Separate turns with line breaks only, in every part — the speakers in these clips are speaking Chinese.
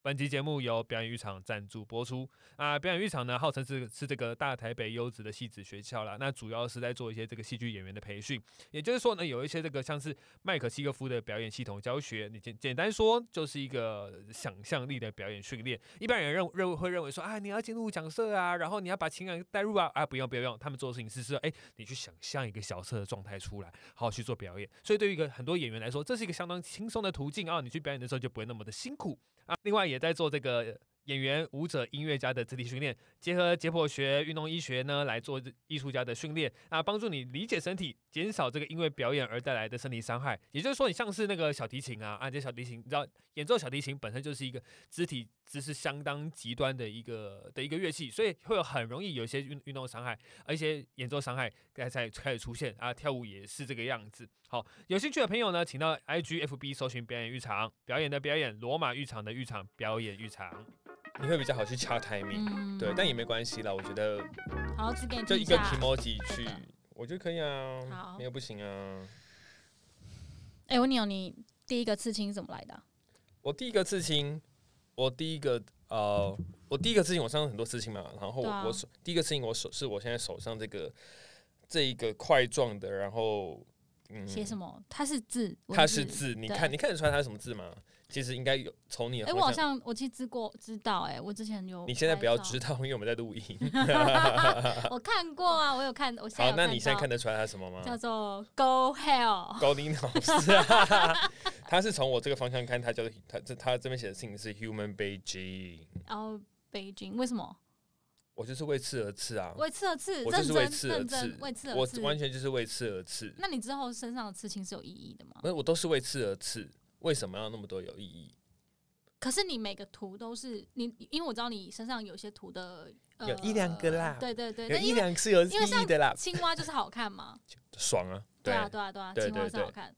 本集节目由表演浴场赞助播出。啊，表演浴场呢，号称是是这个大台北优质的戏子学校啦。那主要是在做一些这个戏剧演员的培训，也就是说呢，有一些这个像是麦可西科夫的表演系统教学，你简简单说就是一个想象力的表演训练。一般人认认为会认为说啊，你要进入角色啊，然后你要把情感带入啊，啊，不用不用，他们做的事情是说，哎，你去想象一个角色的状态出来，好好去做表演。所以对于一个很多演员来说，这是一个相当轻松的途径啊，你去表演的时候就不会那么的辛苦啊。另外也在做这个呃演员、舞者、音乐家的肢体训练，结合解剖学、运动医学呢来做艺术家的训练啊，帮助你理解身体，减少这个因为表演而带来的身体伤害。也就是说，你像是那个小提琴啊，啊，这小提琴，你知道演奏小提琴本身就是一个肢体姿势相当极端的一个的一个乐器，所以会有很容易有一些运运动伤害，而一些演奏伤害才才开始出现啊。跳舞也是这个样子。好，有兴趣的朋友呢，请到 IGFB 搜寻表演浴场，表演的表演，罗马浴场的浴场，表演浴场。
你会比较好去掐 timing，、
嗯
啊对，但也没关系啦，我觉得
好，只给你
就
听
一
一
个
下。
emoji 去
好的，
我觉得可以啊，
好
没有不行啊。
哎、我问你哦，你第一个刺青是怎么来的啊、
我第一个刺青，我第一个呃，我第一个刺青，我上了很多刺青嘛，然后我、
对啊
我手第一个刺青，我手是我现在手上这个这一个块状的，然后嗯，
写什么？它是字，文
它是。字，你
对
看你看得出来它是什么字吗？其实应该有从你
哎、
的
我好
方向。
像我其实知过知道、哎，我之前有。
你现在不要 知，道，因 为我们在录音。
我看过啊，我有看，我现在
好
有，
那你现在
到
看得出来它是什么吗？
叫做 Go Hell，
高林老师、啊，他是从我这个方向看，他叫做他这他这边写的事情是 human beijing，
然后北京为什么？
我就是为刺而刺啊，
为刺而刺，
哦我就
认
是
真
为刺而
认
刺
真为刺而
我
刺。
完全就是为刺而刺，
那你之后身上的刺青是有意义的吗？
没有我都是为刺而刺，为什么要那么多有意义？
可是你每个图都是你，因为我知道你身上有些图的、呃、
有一两个啦
对对对，
有
但
一
因为
两是有意
因为像
义的啦，
青蛙就是好看嘛，
爽啊，
对啊对啊对 啊，
对
青蛙
对
是
对
好看。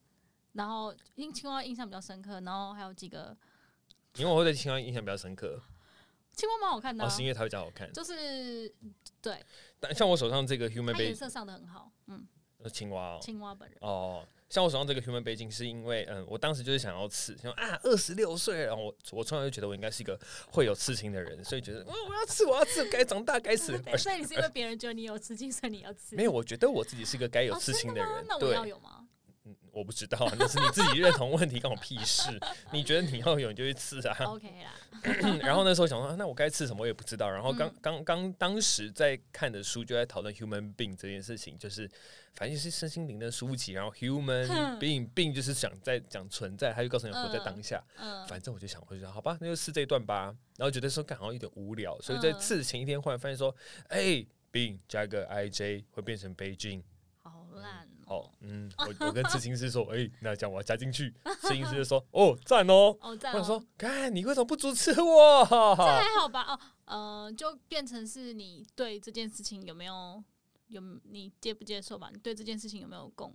然后因青蛙印象比较深刻，然后还有几个
因为我会对青蛙印象比较深刻，
青蛙蛮好看的、啊
哦，是因为它会较好看。
就是对
但像我手上这个 human
它颜
beijing
色上的很好，嗯，
呃青蛙哦，
青蛙本人。
哦，像我手上这个 human beijing 是因为，嗯，我当时就是想要刺，想说啊，二十六岁，然后我我从小就觉得我应该是一个会有刺青的人，所以觉得，嗯，我要刺，我要刺，该长大该 死。而且
所以你 是因为别人觉得你有刺青，所以你要刺？
没有，我觉得我自己是个该有刺青
啊
人，
那我要
对，
有吗？
嗯我不知道，那是你自己认同问题，关我屁事。你觉得你要有，你就去刺啊。
OK 啦，
然后那时候想说，啊那我该吃什么我也不知道。然后刚
嗯
刚刚当时在看的书就在讨论 human being 这件事情，就是反正就是身心灵的书籍。然 后 human
哼
being being 就是想在讲存在，他就告诉你
嗯
活在当下。
嗯，
反正我就想，我就说好吧，那就试这一段吧。然后觉得说干好像有点无聊，所以在
嗯
次前一天忽然发现说，哎、being 加个 ij 会变成 Beijing。
好烂哦。
哦，嗯，我我跟刺青师说，哎、那这样我要加进 去。刺青师就说，哦，赞哦。
哦，
我
赞
想
哦！
说，啊看你为什么不阻止我？
这还好吧？哦，呃，就变成是你对这件事情有没有有你接不接受吧？你对这件事情有没有共？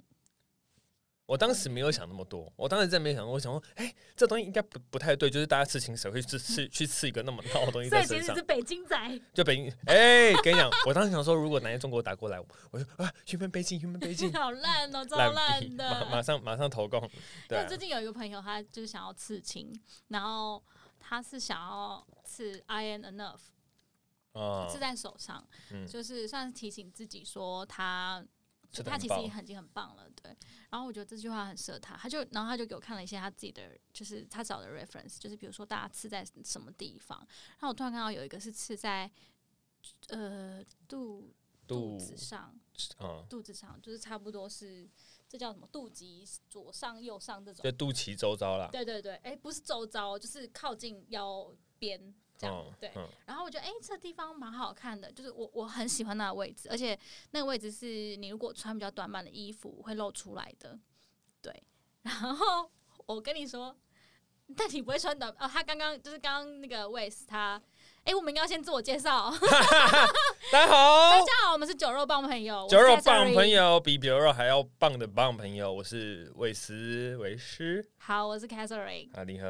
我当时没有想那么多，我当时真的没想过，我想说，哎、这东西应该不不太对，就是大家刺青谁会刺刺去刺一个那么闹的东西在身上？
北京仔，，
就北京，哎、跟你讲，我当时想说，如果哪天中国打过来，我就啊，human 北京，human 北京
好烂哦，超
烂逼
烂
马马
的。
上马上投共，对、
因为
啊
最，近有一个朋友，他就是想要刺青，然后他是想要刺 I am enough，
啊
刺在手上，
嗯
就是算是提醒自己说他。
刺得
就他
很
其实
棒
已经很棒了，对。然后我觉得这句话很适合他，他就然后他就给我看了一些他自己的，就是他找的 reference，就是比如说大家刺在什么地方。然后我突然看到有一个是刺在呃肚
肚
子上，
啊，
肚子上就是差不多是这叫什么肚脐左上右上这种
就。肚脐周遭啦，
对对对，哎，不是周遭，就是靠近腰边这样
嗯，
对。
嗯
然后我觉得，哎、这地方蛮好看的，就是我我很喜欢那个位置，而且那个位置是你如果穿比较短版的衣服会露出来的，对。然后我跟你说，但你不会穿短哦。他刚刚就是刚刚那个 w e s 他，哎、我们应该要先自我介绍。
大家好
大，家好，我们是酒肉棒朋友，我是
酒肉
Desiree
棒朋。友比酒肉还要棒的棒朋友，我是魏斯维斯
好，我是 Catherine。
啊，你好。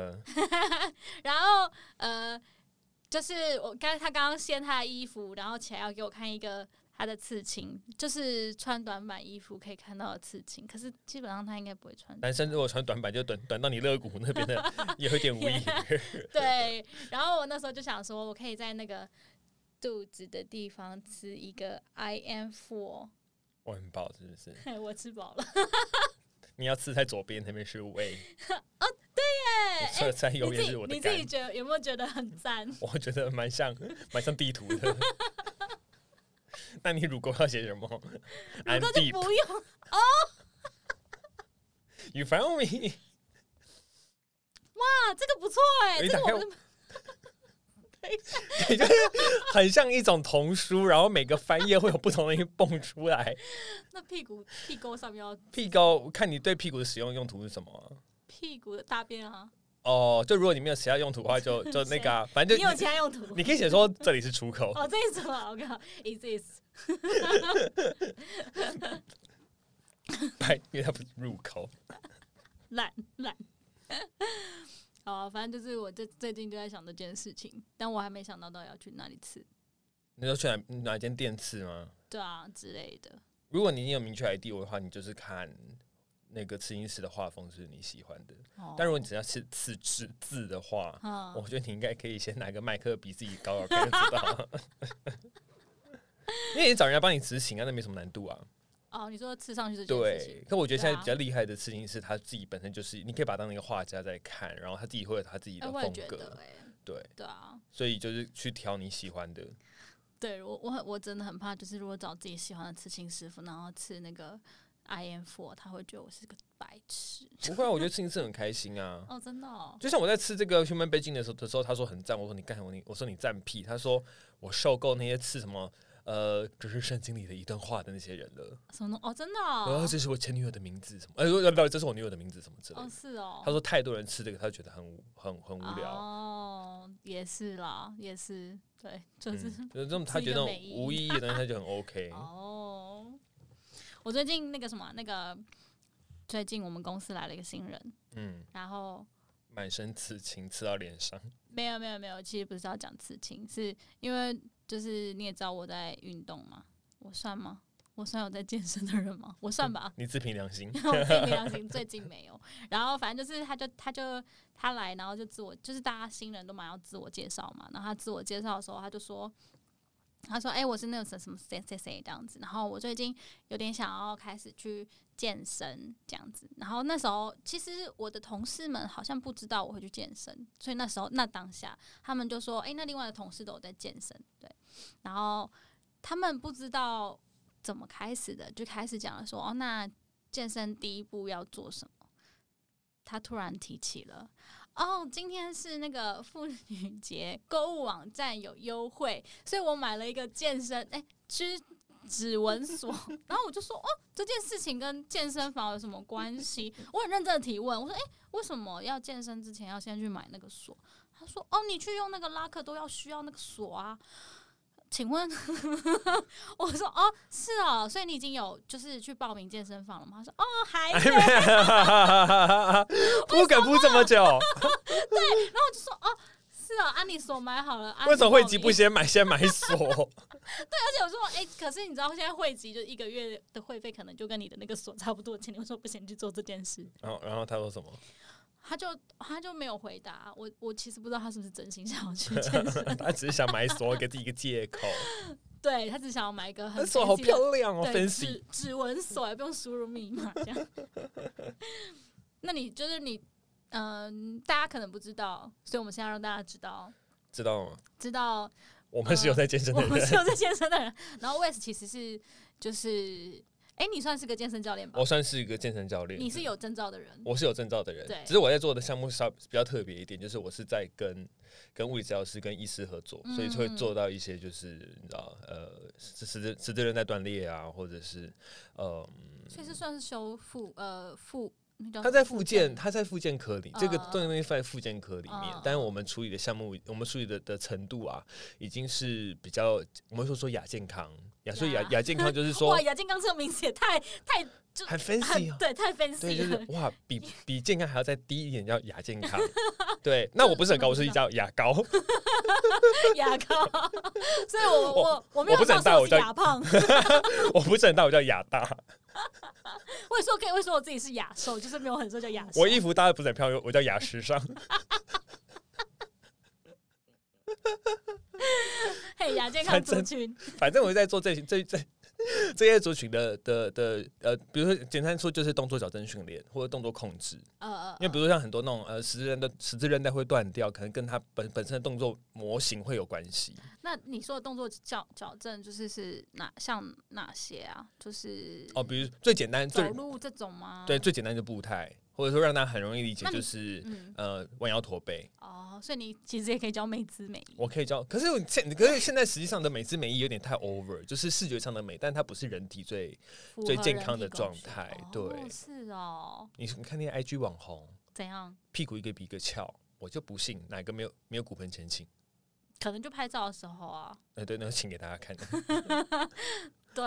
然后呃，就是我刚他刚刚掀他的衣服，然后起来要给我看一个他的刺青，就是穿短版衣服可以看到的刺青。可是基本上他应该不会穿。
男生如果穿短版，就短短到你肋骨那边 的，也有一点无语。
对，然后我那时候就想说，我可以在那个肚子的地方吃一个 I am four，
我很饱，真的是。
我吃饱了。
你要刺在左边那边是胃，
哦哎、
刺在
你
右
自
边是
己
我的
你自
肝
己。觉得有没有觉得很赞？
我觉得蛮像，蛮像地图 的。那你乳沟要写什么
如
？I'm
果就
deep,
不用， 哦
you found me。
啊，这个不错哎、
你
这
打
个
开
我
我
是
你就是很像一种童书，然后每个翻页会有不同的东西蹦出来。
那屁股屁沟上面要
屁股，看你对屁股的使用用途是什么啊、
屁股的大便啊，
哦，就如果你没有其他用途的话，就就那个、 啊，反正
你
就
有其他用途？
你可以写说这里是出口，
哦，这是什么？我靠，exist
拜，因为它不是入口。
懒懒。 好啊、反正就是我最最近就在想这件事情，但我还没想到到底要去哪里吃，
你要去哪哪间店吃吗？
对啊之类的。
如果你已经有明确 idea 的话，你就是看那个吃音师的画风是你喜欢的。
哦
但如果你只要吃吃字字的话，
嗯
我觉得你应该可以先拿个麦克笔自己搞搞看，就知 道。 因为你找人家帮你执行啊，那没什么难度啊。
哦，你说吃上去这件事情
对，，可我觉得现
对
在
啊
比较厉害的事情是，他自己本身就是，你可以把他当成一个画家在看，然后他自己会有他自己
哎、
的
我也
风
觉得
格。
哎、
对，
对啊，
所以就是去挑你喜欢的。
对我我很我真的很怕，就是如果找自己喜欢的刺青师傅，然后刺那个 I M four，他会觉得我是个白痴。
不会啊，我觉得吃音是很开心啊。
哦，真的、哦，
就像我在吃这个 human beijing 的时候的时候，他说很赞，我说你干什么？你我说你赞屁，他说我受够那些吃什么呃，只是圣经里的一段话的那些人了。
什么东？哦，真的
然后
哦，
这是我前女友的名字什么？哎、呃，不不，这是我女友的名字什么之类
哦
的。
是哦，
他说太多人吃这个，他觉得很无很很无聊。
哦，也是啦，也是，对，就是、
嗯，就是这种他觉得那种无意义的东西，他就很 OK。
哦。我最近那个什么，那个最近我们公司来了一个新人，
嗯，
然后
满身刺青，刺到脸上。
没有没有没有，其实不是要讲刺青，是因为就是你也知道我在运动嘛，我算吗？我算有在健身的人吗？我算吧，
你自凭良心，
我自己良心最近没有。然后反正就是他就他就他来，然后就自我就是大家新人都蛮要自我介绍嘛。然后他自我介绍的时候，他就说。他说：“哎、我是那个什什么谁谁谁这样子，然后我最近有点想要开始去健身这样子。然后那时候，其实我的同事们好像不知道我会去健身，所以那时候那当下他们就说：‘哎、那另外的同事都有在健身，对。’然后他们不知道怎么开始的，就开始讲了说：‘哦，那健身第一步要做什么？他突然提起了，哦，今天是那个妇女 节，购物网站有优惠，所以我买了一个健身，哎、指指纹锁。然后我就说，哦，这件事情跟健身房有什么关系？我很认真的提问，我说，哎、为什么要健身之前要先去买那个锁？他说，哦，你去用那个拉克都要需要那个锁啊。请问， 我说哦，是哦，所以你已经有就是去报名健身房了吗？他说哦，还 没
不敢铺这么
啊
久，
我就说哦，是啊，按你所买好了。啊
为什么会籍
你
不
报名
先买先买锁？
而且我说哎、可是你知道现在会籍就一个月的会费可能就跟你的那个所差不多的钱，你 为什么不先去做这件事？
然后然后他说什么？
他就他就没有回答我，我其实不知道他是不是真心想要去健 身，
他只是想买锁，给自己一个借口。
对他只想要买一个很
那锁好
fancy 的
漂亮哦，
对
分析
指指纹锁，也不用输入密码这样。 那你就是你，嗯、大家可能不知道，所以我们现在让大家知道，
知道吗？
知道
我们是有在健身
嗯我
的人
们，是有在健身的人。然后 Wes 其实是就是，哎、你算是个健身教练吧
我？算是一个健身教练，
你是有证照的人，
我是有证照的人
对，
只是我在做的项目稍比较特别一点，就是我是在跟跟物理治疗师跟医师合作，
嗯
所以会做到一些就是你知道呃，实实实质韧带断裂啊，或者是呃
所以是算是修复呃复那叫
它在附件，它在附件科里，这个
嗯嗯嗯
东西放在附件科里面
嗯嗯，
但是我们处理的项目，我们处理的的程度啊，已经是比较，我们说说亚健康，亚所以亚
亚
亚健康就是说
哇，亚健康这个名字也 太太就
很 fancy 哦
很。对，太
对，就
fancy 啊
是
了。
哇，比比健康还要再低一点，叫亚健 康。对，那我不是很高，我是叫亚高，
牙膏，所以我我我 没
我不
有
是很
说
大
我
我
是
叫
亚胖，
我不是很大，我叫亚 大。
我也说可以，我也说我自己是亚瘦，就是没有很瘦叫亚瘦。
我衣服搭的不是很漂亮，我叫亚时尚。
嘿亚健康
反
族
正
群，
反正我在做这些这这这些族群的的的呃，比如说简单说就是动作矫正训练或者动作控制，
呃呃，
因为比如像很多那种呃十字韧带十字韧带会断掉，可能跟它本本身的动作模型会有关系。
那你说的动作矫矫正就是是哪像哪些啊？就是
哦，比如最简单
走
最
路这种吗？
对，最简单的步态，或者说让大家很容易理解
那你
就是。
嗯，
呃，弯腰驼背，
哦，所以你其实也可以教美姿美仪。
我可以教。可是我现，可是现在实际上的美姿美仪有点太 over，就是视觉上的美，但它不是人体最。
符合
最健
人
康
体
的
工
状
学
态
哦
对
是哦，
你你看那些 IG 网红，
怎样？
屁股一个比一个翘，我就不信哪个没有没有骨盆前倾。
可能就拍照的时候啊，
呃，对，那个请给大家看，
对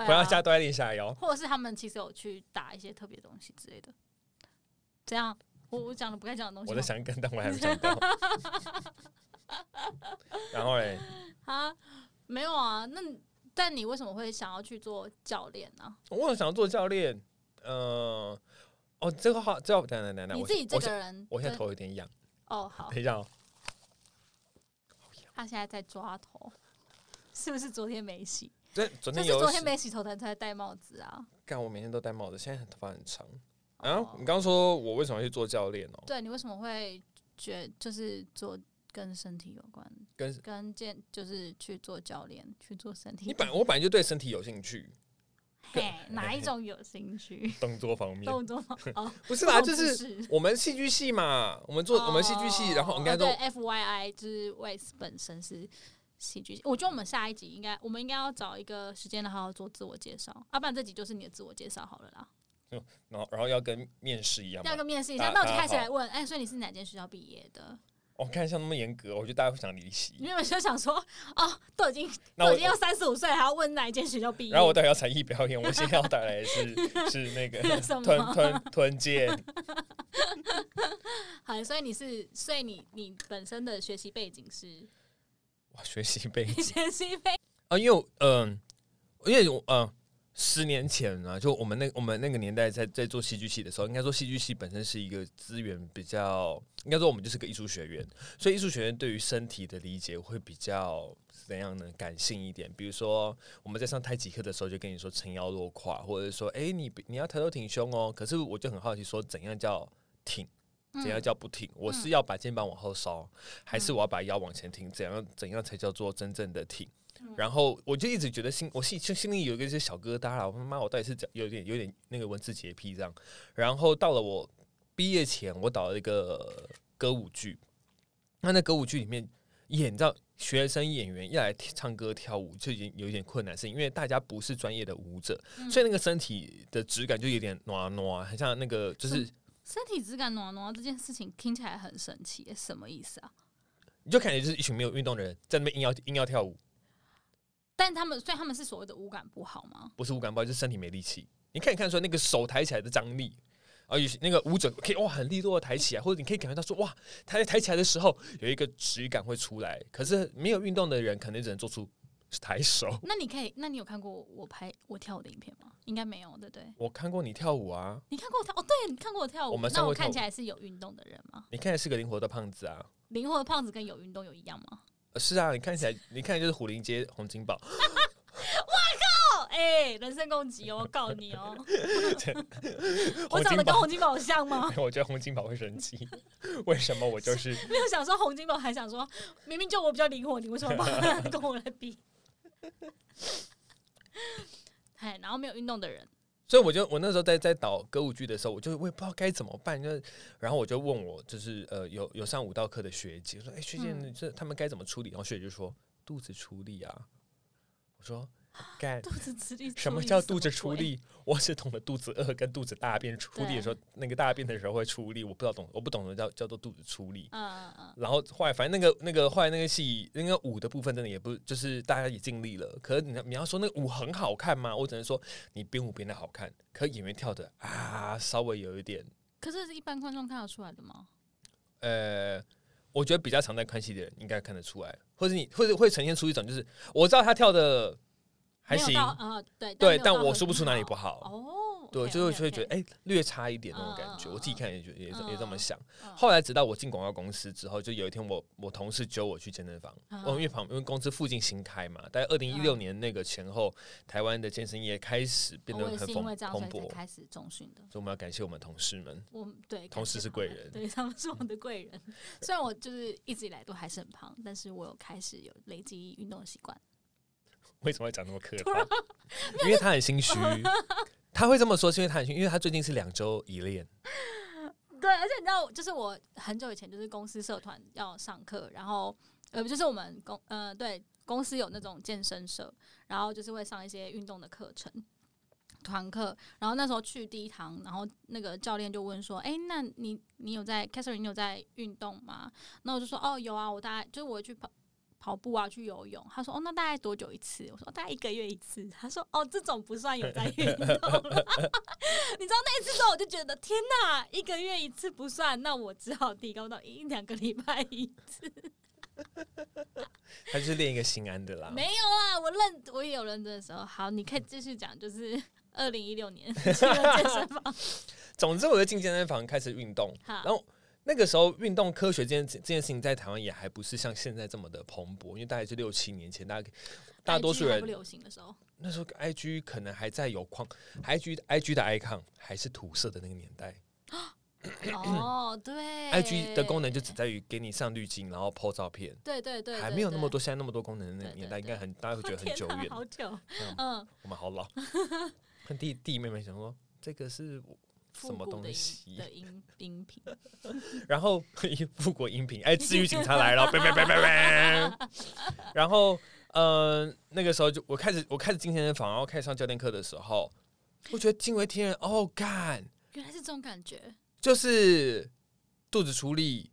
回到
啊，
家都在练下腰。
或者是他们其实有去打一些特别东西之类的，怎样？我我讲的不该讲的东西
我
吗，
在想跟，但我还没想 到。然后嘞，
啊，没有啊，那你但你为什么会想要去做教练呢、
我有想做教练，呃，哦，这个话，这个等等等等，
你
我
自己
先
这
我
个
先
人
我现在
对
头有点痒，
哦好，
等一下 哦，
他现在在抓头，是不是昨天没洗？
这昨
就
天
是
有
昨天
洗
没洗头，他才戴帽子啊。
干，我每天都戴帽子，现在头发很长。啊，
哦
你刚刚说我为什么要去做教练哦？
对你为什么会觉就是做跟身体有关，
跟
跟健就是去做教练，去做身体？
你本我本来就对身体有兴趣，
嘿哪一种有兴趣？
动作方面
动作 吗？哦，
不是啦，
动
啊就
作
是
姿势
我们戏剧系嘛，我们做我们戏剧系，然后
哦
应该都
对 F Y I 就是 Wes 本身是戏剧系。我觉得我们下一集应该，我们应该要找一个时间来好好做自我介绍，要、不然这集就是你的自我介绍好了啦。
然后然后要跟面试一样
第
嘛
二，个面试一
大家
下，那我就
大家
开始
好
来问，哎、所以你是哪间学校毕业的？
我、哦看像那么严格，我觉得大家会想离
你
席。
有没有就想说，哦，都已经
那
都
我
已经要三十五岁了，还要问哪一间学校毕业？
然后我代表才艺表演，我今天要带来的是是那个
什么
吞吞吞剑。
好，所以你是，所以你你本身的学习背景是
哇，学习背景
学习背
啊，因为我嗯、因为我嗯、十年前啊，就我们那我们那个年代在在做戏剧系的时候，应该说戏剧系本身是一个资源比较，应该说我们就是个艺术学院，所以艺术学院对于身体的理解会比较怎样呢？感性一点，比如说我们在上太极课的时候，就跟你说撑腰落胯，或者说哎、诶你你要抬头挺胸哦。可是我就很好奇，说怎样叫挺？
嗯
怎样叫不挺？我是要把肩膀往后稍，还是我要把腰往前挺？怎样怎样才叫做真正的挺？
嗯
然后我就一直觉得心，我心就心里有一个一些小疙瘩啦。我妈，我到底是怎有点有点那个文字洁癖这样。然后到了我毕业前，我导了一个歌舞剧。那那歌舞剧里面演到学生演员要来唱歌跳舞，就已经有一点困难，是因为大家不是专业的舞者，
嗯
所以那个身体的质感就有点暖暖，很像那个就是
身体质感暖暖这件事情听起来很神奇耶，什么意思啊？
你就感觉就是一群没有运动的人在那边硬要硬要跳舞，
但他们，所以他们是所谓的五感不好吗？
不是无感不好，就是身体没力气。你可以看出来那个手抬起来的张力，啊而有些那个舞者可以哇很利落的抬起来，或者你可以感觉到说哇，他在抬起来的时候有一个质感会出来。可是没有运动的人可能只能做出抬手。
那你可以，那你有看过我拍我跳舞的影片吗？应该没有，对不对？
我看过你跳舞啊，
你看过我跳哦？对，你看过我跳舞。
我们
那
上
我
过跳
看
舞
起来是有运动的人吗？
你看起来是个灵活的胖子啊。
灵活的胖子跟有运动有一样吗？
呃是啊，你看起来，你看起来就是虎林街洪金宝，
哦，哎、人身攻击哦，我告你哦！ 我
洪
长
金
得跟
宝
洪，金宝像吗？
我觉得洪金宝会生气， 为什么我就是
没有想说洪金宝，还想说明明就我比较灵活，你为什么把它 跟我来比？ 哎，然后没有运动的人，
所以我就我那时候在在导歌舞剧的时候，我就我也不知道该怎么办，就然后我就问我就是呃有有上舞蹈课的学姐说，哎、学姐
嗯
这他们该怎么处理？然后学姐就说肚子处理啊，我说干
肚子吃力，
什么叫肚子
出
出？力？我是懂得肚子饿跟肚子大便出力的
啊
时候，那个大便的时候会出力，我不知道懂，我不懂得叫叫做肚子出力。
嗯嗯
然后后来，反正那个那个后来那个戏，那个舞的部分真的也不就是大家也尽力了。可是你要你要说那个舞很好看吗？我只能说你编舞编的好看，可演员跳的啊，稍微有一点
可是一般观众看得出来的吗？
呃，我觉得比较常在看戏的人应该看得出来，或者你或者会呈现出一种就是我知道他跳的还
没有
行，
到啊，对
对，
没有
但
到
我
很
说不出哪里不好。
哦，
对，就会就会觉得
哎，
哎、略差一点那种感觉。
嗯嗯
我自己看也觉得也、也这么
嗯
想。
嗯
后来直到我进广告公司之后，就有一天我我同事揪我去健身房，哦
嗯
我因为旁因为公司附近新开嘛，大概二零一六
嗯
年那个前后，台湾的健身业开始变得
哦我也
很
是
蓬
因为这样所
蓬
以
勃，
才
所
开始重训的。
以我们要感谢我们同事们。
我们对，
同
感
时
谢
是
他
贵
们
人
对他们是我的贵人。虽然我就是一直以来都还是很胖，但是我有开始有累积运动的习惯。
为什么要讲那么客 套？因为他很心虚，他会这么说是因为他很心，因为他最近是两周一练。
对，而且你知道，就是我很久以前就是公司社团要上课，然后呃，就是我们公呃对公司有那种健身社，然后就是会上一些运动的课程。团课，然后那时候去第一堂，然后那个教练就问说：“哎，那你你有在 Catherine，你有在运动吗？”那我就说：“哦，有啊，我大概就是我会去跑跑步啊，去游泳。”他说：“哦，那大概多久一次？”我说：“哦大概一个月一次。”他说：“哦，这种不算有在运动。” 你知道那一次之后，我就觉得天哪， 一个月一次不算，那我只好提高到一两个礼拜一。
他就是练一个心安的啦。
没有啦，我认我也有认真的时候。好，你可以继续讲， 就是二零一六 年去了健身房。
总之，我就进健身房开始运动，
好，
然后那个时候，运动科学这件这件事情在台湾也还不是像现在这么的蓬勃，因为大概是六七年前，大概大多数
IG 还
人
不流行的 时候，
那时候 IG 可能还在有框，IG IG 的 icon 还是土色的那个年代
哦，对
，IG 的功能就只在于给你上滤镜，然后 po 照片，
对对对，对
还没有那么
对
多现在那么多功能的那个年代，
对
应
对
该很大家会觉得很
天
久
哪
远。
好久
嗯，
嗯，
我们好老，看弟弟妹妹想说这个是我什
复
么
古的
东
音
西？
的音音频，
然后 复国音频，哎，治愈警察来 了，拜拜拜拜拜。然后，嗯、那个时候就我开始我开始进健身房，然后开始上教练课的时候，我觉得惊为天人。哦，干，
原来是这种感觉。
就是肚子出力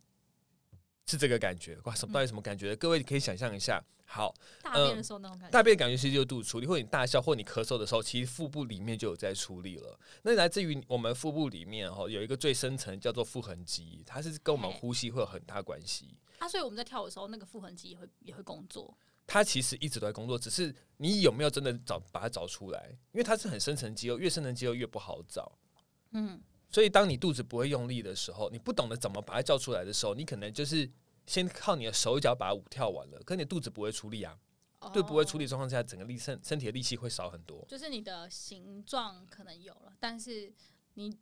是这个感觉。哇，什么到底什么感觉？各位可以想象一下。好，
大
嗯
便的时候那种感觉，
大便的感觉其实就是肚子出力，或者你大笑，或者你咳嗽的时候，其实腹部里面就有在出力了。那来自于我们腹部里面哈、哦，有一个最深层叫做腹横肌，它是跟我们
嘿
呼吸会有很大关系。
啊，所以我们在跳舞的时候，那个腹横肌也会也会工作。
他其实一直都在工作，只是你有没有真的找把它找出来？因为它是很深层肌肉，越深层肌肉越不好找。
嗯，
所以当你肚子不会用力的时候，你不懂得怎么把它叫出来的时候，你可能就是先靠你的手脚把舞跳完了，可你的肚子不会出力啊。对，不会
哦
出力的状况下，整个力身身体的力气会少很多。
就是你的形状可能有了，但是你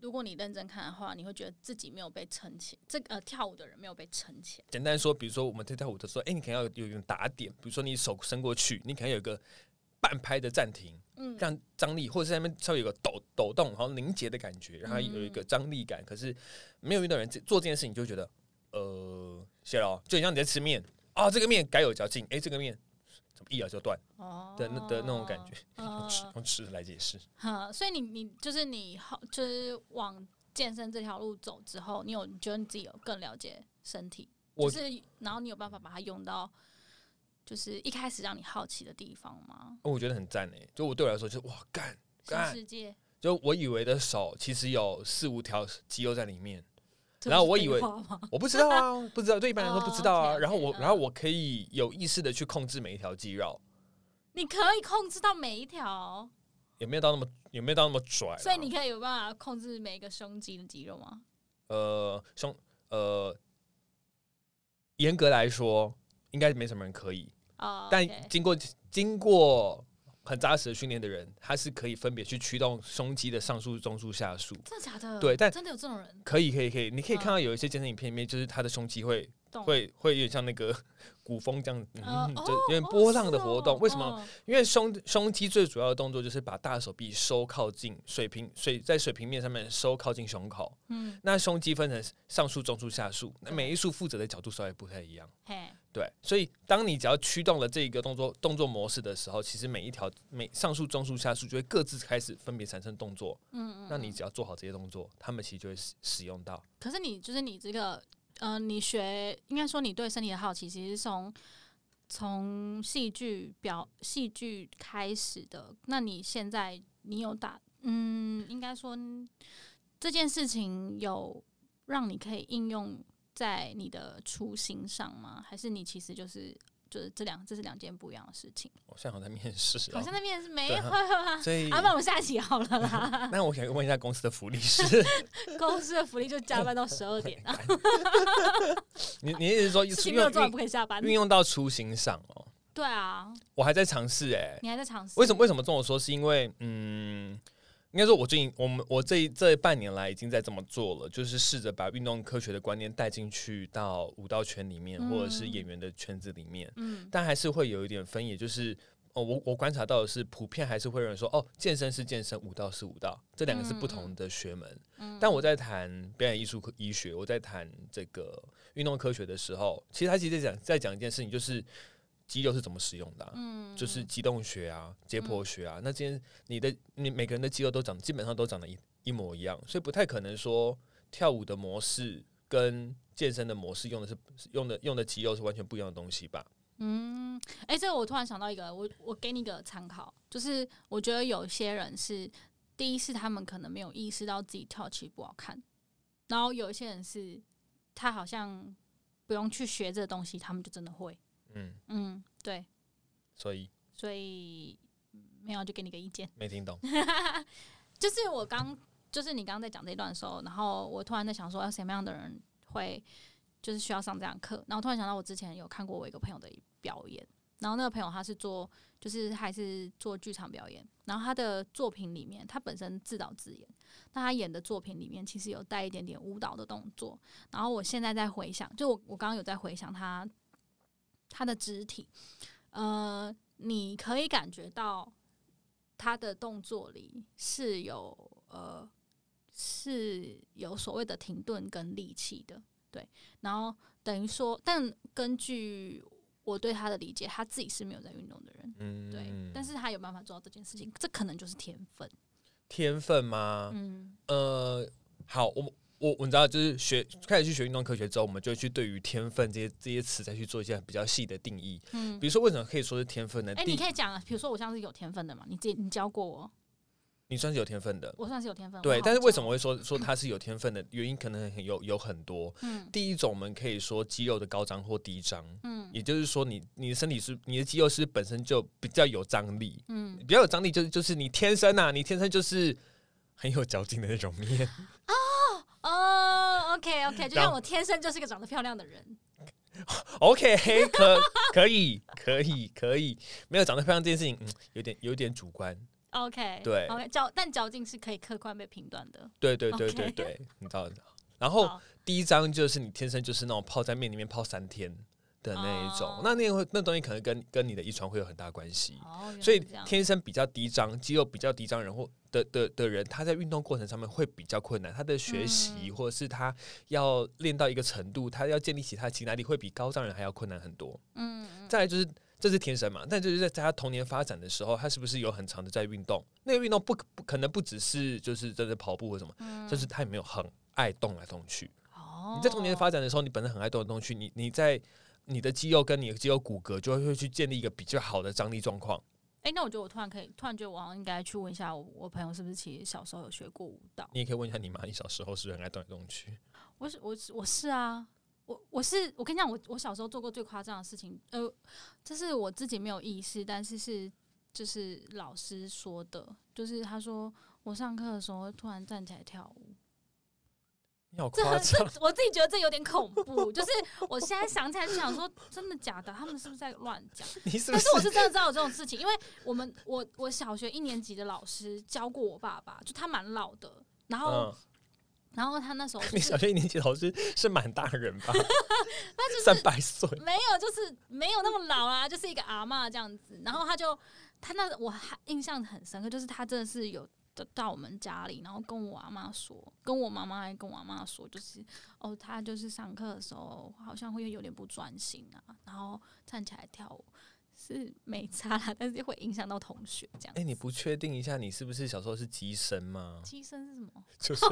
如果你认真看的话，你会觉得自己没有被撑起，这个、呃跳舞的人没有被撑起来。
简单说，比如说我们在跳舞的时候，哎、你可能要有有一种打点，比如说你手伸过去，你可能有一个半拍的暂停，
嗯，
让张力，或者是在那边稍微有个抖抖动，然后凝结的感觉，让它有一个张力感。可是没有运动的人做这件事情，你就会觉得呃，谢了哦，就很像你在吃面啊、这个面该有嚼劲，哎、这个面怎么一咬就断
哦
的那的那种感觉。用
嗯
吃用吃的来解释，
哈，所以你你就是你后就是往健身这条路走之后，你有你觉得你自己有更了解身体，
我
就是然后你有办法把它用到，就是一开始让你好奇的地方吗？
哦我觉得很赞诶。就我对我来说，就是哇干
新
干，
世界。
就我以为的手其实有四五条肌肉在里面。然后我以为
这不是废话吗
我不知道啊，不知道，对一般来说不知道啊。
哦哦，OK，OK，
然后我，
嗯
然后我可以有意识的去控制每一条肌肉，
你可以控制到每一条，
也没有到那么，也没有到那么拽啦。
所以你可以有办法控制每一个胸肌的肌肉吗？
呃，胸呃，严格来说，应该没什么人可以。
啊、
但经过经过很扎实的训练的人，他是可以分别去驱动胸肌的上束、中束、下束。
真的假的？
对但
真的有这种人
可以，可以，可以。你可以
嗯
看到有一些健身影片里面，就是他的胸肌会
动，
会会有点像那个 古风这样，
呃
嗯，
哦
就有点波浪的活动。
哦
为什么？
哦
因为胸胸肌最主要的动作就是把大手臂收靠近水平水在水平面上面收靠近胸口。
嗯，
那胸肌分成上束、中束、下束，那每一束负责的角度稍微不太一样。
嘿，
对，所以当你只要驱动了这个动作动作模式的时候，其实每一条每上束、中束、下束就会各自开始分别产生动作。
嗯嗯，
那你
嗯
只要做好这些动作，他们其实就会使使用到。
可是你就是你这个，呃，你学应该说你对身体的好奇，其实是从从戏剧表戏剧开始的。那你现在你有打，嗯，应该说这件事情有让你可以应用在你的初心上吗？还是你其实就是就是这两这是两件不一样的事情？
我现在好像在面试
好
啊
像，那边是没
对
会
啊
啊。
所以。
啊，那我们下期好了啦
那我想问一下公司的福利 是
公司的福利就加班到十二点啊，
你你意思是说
事情没有做完
运
不可以下班。
运用到出行上哦？
对啊，
我还在尝试哎，
你还在尝试？
为什么？为什么这么说？是因为嗯，应该说，我最近我们我这一这半年来已经在这么做了，就是试着把运动科学的观念带进去到舞蹈圈里面，
嗯
或者是演员的圈子里面，
嗯
但还是会有一点分野，就是。哦，我我观察到的是，普遍还是会有人说，哦，健身是健身，舞蹈是舞蹈，这两个是不同的学门。
嗯，
但我在谈表演艺术科医学，我在谈这个运动科学的时候，其实他其实在讲在讲一件事情，就是肌肉是怎么使用的啊、
嗯
就是肌动学啊、解剖学啊，那今天你的你每个人的肌肉都长，基本上都长得一一模一样，所以不太可能说跳舞的模式跟健身的模式用的是用的用的肌肉是完全不一样的东西吧？
嗯，哎、这个我突然想到一个，我我给你一个参考，就是我觉得有些人是第一是他们可能没有意识到自己跳起不好看，然后有一些人是他好像不用去学这东西，他们就真的会。
嗯，
嗯，对，
所以
所以嗯没有就给你个意见。
没听懂。
就是我刚，就是你刚刚在讲这一段的时候，然后我突然在想说，要什么样的人会就是需要上这样的课？然后突然想到，我之前有看过我一个朋友的表演，然后那个朋友他是做，就是还是做剧场表演，然后他的作品里面，他本身自导自演，那他演的作品里面其实有带一点点舞蹈的动作。然后我现在在回想，就我我刚刚有在回想他他的肢体，呃，你可以感觉到他的动作里是有呃是有所谓的停顿跟力气的，对。然后等于说，但根据我对他的理解，他自己是没有在运动的人，
嗯，
对。但是他有办法做到这件事情，这可能就是天分。
天分吗？
嗯
呃，好，我我我知道，就是学开始去学运动科学之后，我们就会去对于天分这些这些词再去做一些比较细的定义。
嗯
比。如说，为什么可以说是天分呢？
哎、
第
你可以讲，啊，比如说我像是有天分的嘛，你自己你教过我，
你算是有天分的，
我算是有天分。我
对。
哦好
但是为什
教
么我会说说他是有天分的原因，可能很有有很多。
嗯
第一种，我们可以说肌肉的高张或低张，
嗯
也就是说你，你的身体是你的肌肉是本身就比较有张力，
嗯
比较有张力就是就是你天生啊，你天生就是很有嚼劲的那种面。
哦、o k OK，就
然
像
后
我天生就是个长得漂亮的人，
OK，可 可以，可以，可以，没有长得漂亮这件事情，嗯，有点有点主观。
OK，
对
，OK，嚼但嚼劲是可以客观被评断的。
对对对
OK
对对你知道的。然后
好
第一张就是你天生就是那种泡在面里面泡三天的那一种，
哦
那那会那东西可能跟跟你的遗传会有很大关系。
哦，原来
所以
是这样
天生比较低张、肌肉比较低张人或的的的人，他在运动过程上面会比较困难，他的学习、
嗯
或者是他要练到一个程度，他要建立起他的肌耐力会比高张人还要困难很多。
嗯嗯
再来就是这是天生嘛，但就是在在他童年发展的时候，他是不是有很长的在运动？那个运动不可不可能不只是就是真的跑步或什么，
嗯
就是他有没有很爱动来动去？
哦，
你在童年发展的时候，你本身很爱动来动去，你你在你的肌肉跟你的肌肉骨骼就会去建立一个比较好的张力状况。
哎、那我觉得我突然可以，突然觉得我好像应该去问一下我我朋友是不是其实小时候有学过舞蹈。
你也可以问一下你妈，你小时候是不是很爱动来动去？
我是我是我是啊，我我是我跟你讲，我我小时候做过最夸张的事情，呃，这是我自己没有意识，但是是就是老师说的，就是他说我上课的时候会突然站起来跳舞。
你好
这
夸
很这
张！，
我自己觉得这有点恐怖。就是我现在想起来就想说，真的假的？他们是不是在乱讲？
你是不
但
是
是我是真的知道有这种事情，因为我们我我小学一年级的老师教过我爸爸，就他蛮老的，然后
嗯
然后他 那时候就
你
是
小学一年级老师是蛮大人吧？
那就是
三百岁，
没有，就是没有那么老啦，就是一个阿嬷这样子。然后他就他那我还印象很深刻，就是他真的是有的到我们家里，然后跟我阿妈说，跟我妈妈还跟我阿妈说，就是哦，他就是上课的时候好像会有点不专心啊，然后站起来跳舞是没差啦，但是会影响到同学这样
哎、
子。
你不确定一下你是不是小时候是机身吗？
机身是什么？
就是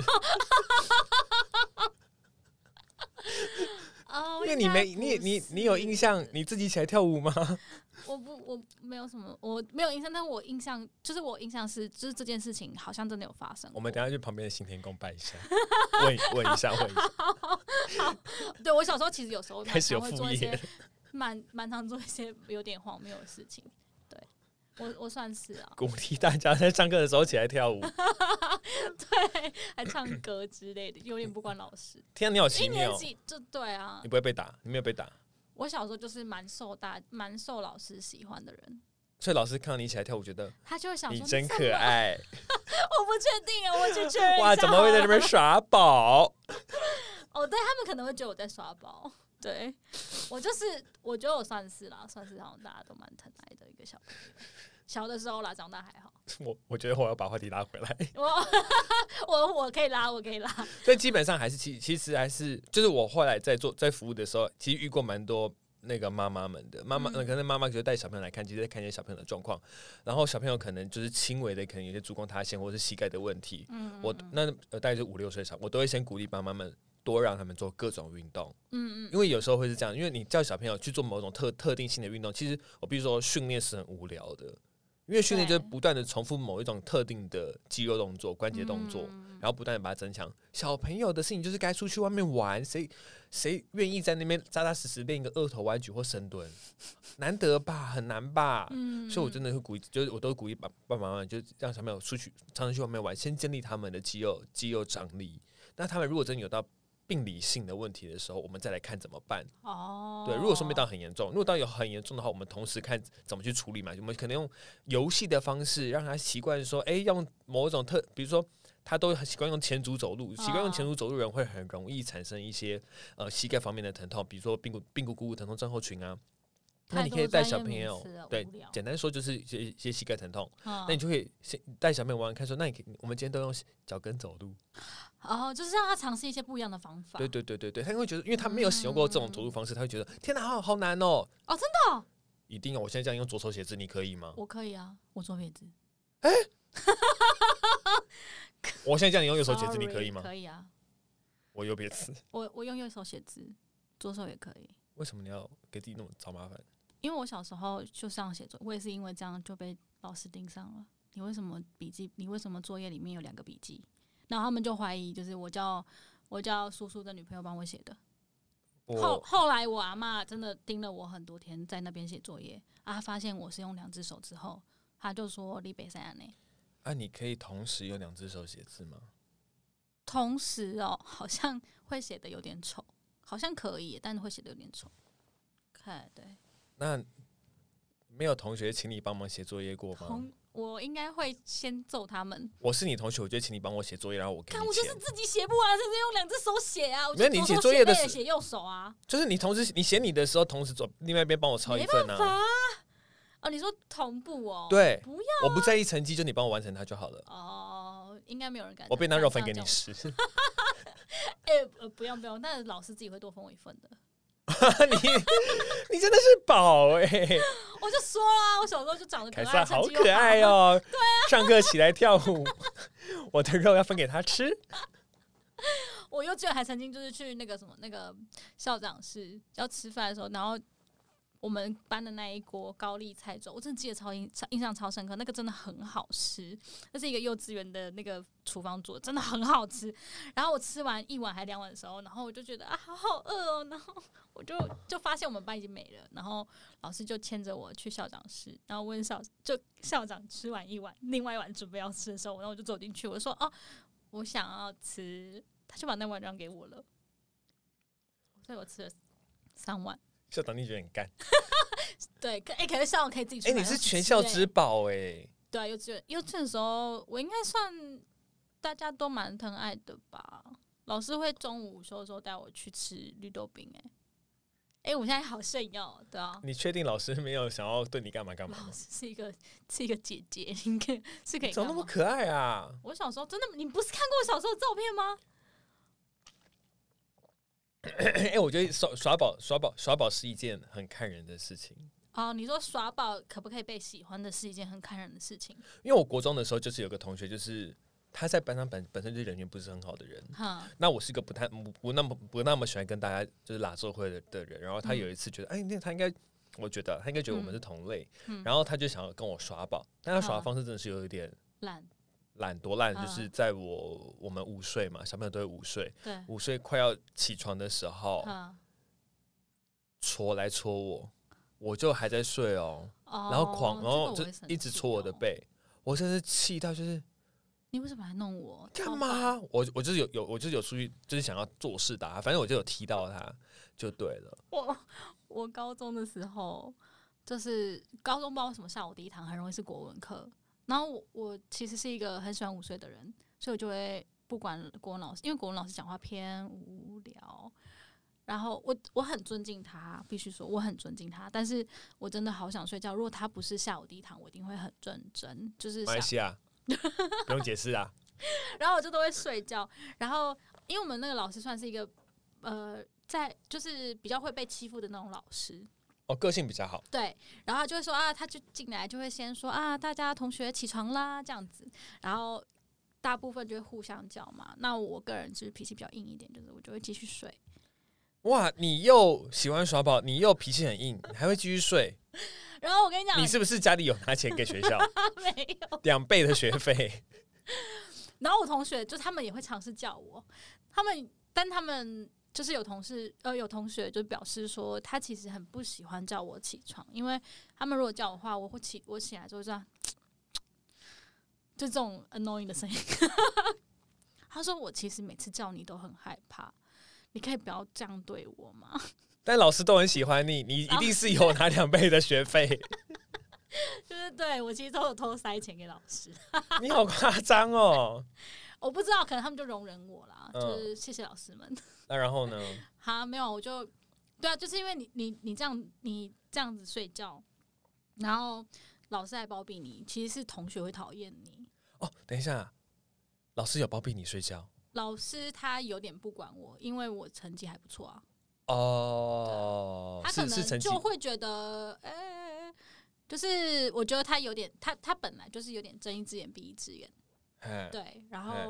哦，
因为你没
应该
你
不
你
是
你有印象你自己起来跳舞吗？
我不，我没有什么，我没有印象，但我印象就是我印象是，就是这件事情好像真的有发生过。
我们等一下去旁边的新天宫拜一下，问问一下问一下，
对我小时候其实有时候
开始有
蛮常
副
会做一
业
些， 蛮蛮常做一些有点荒谬的事情。对我我算是 啊，
鼓励大家在上课的时候起来跳舞。
对，还唱歌之类的，有点不管老师。
天、啊，你好
一
奇
年
妙，
级就对啊
你，不会被打，你没有被打，
我小时候就是蛮受大蛮受老师喜欢的人，
所以老师看到你起来跳舞，觉得
他就会想
你
说
真
怎
可
么
爱。
我不确定啊，我去确认一下好
哇，
了。
怎么会在这边耍宝？
哦，对他们可能会觉得我在耍宝。对我就是，我觉得我算是啦，算是好像大家都蛮疼爱的一个小朋友。小的时候啦，长大还好。
我我觉得我要把话题拉回来，
我 我我可以拉，我可以拉。
所以基本上还是其其实还是就是我后来在做在服务的时候，其实遇过蛮多那个妈妈们的妈妈，
嗯
呃可能妈妈就带小朋友来看，其实在看一些小朋友的状况，然后小朋友可能就是轻微的，可能有些足弓塌陷或是膝盖的问题，
嗯，
我那呃大概就五六岁上，我都会先鼓励妈妈们多让他们做各种运动。
嗯嗯
因为有时候会是这样，因为你叫小朋友去做某种特特定性的运动，其实我必须说训练是很无聊的，因为训练就是
对
不断的重复某一种特定的肌肉动作、关节动作，
嗯
然后不断的把它增强。小朋友的事情就是该出去外面玩，谁谁愿意在那边扎扎实实练一个二头弯举或深蹲？难得吧，很难吧。
嗯
所以，我真的会鼓励，就是我都会鼓励爸爸爸妈妈，就是让小朋友出去，常常去外面玩，先建立他们的肌肉肌肉张力。那他们如果真的有到病理性的问题的时候，我们再来看怎么办。
哦，
对，如果说没到很严重，如果到有很严重的话，我们同时看怎么去处理嘛。我们可能用游戏的方式让他习惯说，诶，用某一种特，比如说他都很习惯用前足走路，习惯用
哦
前足走路的人会很容易产生一些呃膝盖方面的疼痛，比如说髌骨髌骨股骨疼痛症候群啊。那
太
你可
多
以带
专
小
业
朋
名
友
词了
对
无聊，
简单说就是一些一些膝盖疼痛，
嗯，
那你就可以先带小朋友玩玩看，说那你可以，我们今天都用脚跟走路，
哦，就是让他尝试一些不一样的方法。
对对对对对，他会觉得，因为他没有使用过这种走路方式，他会觉得天哪，好好难哦。
哦真的哦
一定哦！我现在这样用左手写字，你可以吗？
我可以啊，我左撇子。
我现在这样用右手写字，
Sorry，
你可以吗？
可以啊，
我右边字，
我我用右手写字，左手也可以。
为什么你要给自己那么找麻烦？
因为我小时候就这样写作，我也是因为这样就被老师盯上了。你为什么笔记？你为什么作业里面有两个笔记？然后他们就怀疑，就是我叫我叫叔叔的女朋友帮我写的。后
我
后来我阿嬷真的盯了我很多天，在那边写作业啊，她发现我是用两只手之后，她就说李北山呢，
啊，你可以同时用两只手写字吗？
同时哦，好像会写的有点丑，好像可以，但会写的有点丑。看对，
那没有同学请你帮忙写作业过吗
同？我应该会先揍他们。
我是你同学，我就请你帮我写作业，然后我给
看
你
我就是
钱。
自己写不完，甚至用两只手写啊。我
没有你
就左
写
手
作
写
业的
背
时
也写右手啊，
就是你同时你写你的时候，同时左另外一边帮我抄一份啊。
哦，你说同步哦？，
对，
不要
我不在意成绩，就你帮我完成它就好 了。
哦，应该没有人敢。
我便当肉分给你
敢这
吃，
样 讲。哎、呃，不用不用，那老师自己会多分我一份的。
你你真的是宝哎、
我就说啦，我小时候就长得可
凯
爱，
撒
成
好
绩又
可爱哦、对啊，上课起来跳舞，我的肉要分给他吃。
好。我幼稚园还曾经就是去那个什么那个校长室要吃饭的时候，然后。我们班的那一锅高丽菜粥，我真的记得超印印象超深刻，那个真的很好吃。那是一个幼稚园的那个厨房做的，真的很好吃。然后我吃完一碗还两碗的时候，然后我就觉得啊，好好饿哦。然后我就就发现我们班已经没了，然后老师就牵着我去校长室，然后问校就校长吃完一碗，另外一碗准备要吃的时候，然后我就走进去，我就说哦，我想要吃，他就把那碗让给我了，所以我吃了三碗。
校长，你觉得很干？
对，可哎、可是校长可以自己去
哎、
买
你
东
是
西
全校
吃哎
之宝哎、
对啊，幼稚园幼稚园的时候，我应该算大家都蛮疼爱的吧。老师会中午午休的时候带我去吃绿豆饼、欸，哎、哎，我现在好炫耀哦，对啊，
你确定老师没有想要对你干嘛干嘛
老
吗？
师是一个是一个姐姐，应该是可以
怎
干
么那么
嘛。
可爱 啊？
我小时候真的，你不是看过我小时候的照片吗？
哎、我觉得耍耍宝、耍宝、耍宝是一件很看人的事情。
哦，你说耍宝可不可以被喜欢的是一件很看人的事情，
因为我国中的时候，就是有个同学，就是他在班上本本身就是人缘不是很好的人。
哈，
那我是一个不太不不那么不那么喜欢跟大家就是拉社会的的人。然后
嗯
他有一次觉得，哎、那他应该，我觉得他应该觉得我们是同类，
嗯
然后他就想要跟我耍宝，但他耍的
嗯
方式真的是有一点
懒，
懒多烂，就
嗯
是在我我们午睡嘛，小朋友都会午睡，
对，
午睡快要起床的时候，
哈，
戳来戳我，我就还在睡哦，
哦，
然后狂，
这
然后
个
就
我也生
一直
气
戳我的
哦，
背，我真是气到就是。
你为什么来弄我？
干
超
嘛？我我就是有有我就是有出去，就是想要做事打他，反正我就有踢到他，就对了。
我我高中的时候，就是高中不知道为什么下午第一堂很容易是国文课，然后我我其实是一个很喜欢午睡的人，所以我就会不管国文老师，因为国文老师讲话偏无聊。然后我我很尊敬他，必须说我很尊敬他，但是我真的好想睡觉。如果他不是下午第一堂，我一定会很认真，就是啊
马
想
来西 亚不用解释啊，
然后我就都会睡觉。然后因为我们那个老师算是一个呃，在就是比较会被欺负的那种老师，
哦，个性比较好，
对，然后他就会说啊，他就进来就会先说啊，大家同学起床啦这样子，然后大部分就会互相叫嘛。那我个人就是脾气比较硬一点，就是我就会继续睡。
哇！你又喜欢耍宝，你又脾气很硬，你还会继续睡，
然后我跟你讲，
你是不是家里有拿钱给学 校
没有。
两倍的学费？
然后我同学就他们也会尝试叫我，他们但他们就是有同事呃有同学就表示说他其实很不喜欢叫我起床，因为他们如果叫我的话，我会起我起来之后就这样，就这种 annoying 的声音。 他说我其实每次叫你都很害怕，你可以不要这样对我吗？
但老师都很喜欢你，
哦
你一定是有拿两倍的学 费，
就是对我其实都有偷塞钱给老师，
你好夸张哦。
我不知道可能他们就容忍我啦，
嗯
就是谢谢老师们。
那然后呢？
哈，没有，我就对啊，就是因为你你你这样你这样子睡觉，然后老师还包庇你，其实是同学会讨厌你。
哦，等一下，老师有包庇你睡觉
老师他有点不管我，因为我成绩还不错啊，
哦，
他可
是是
能
成绩
就会觉得，呃、就是我觉得他有点，他他本来就是有点睁一只眼闭一只眼，
哎
对，然后
哎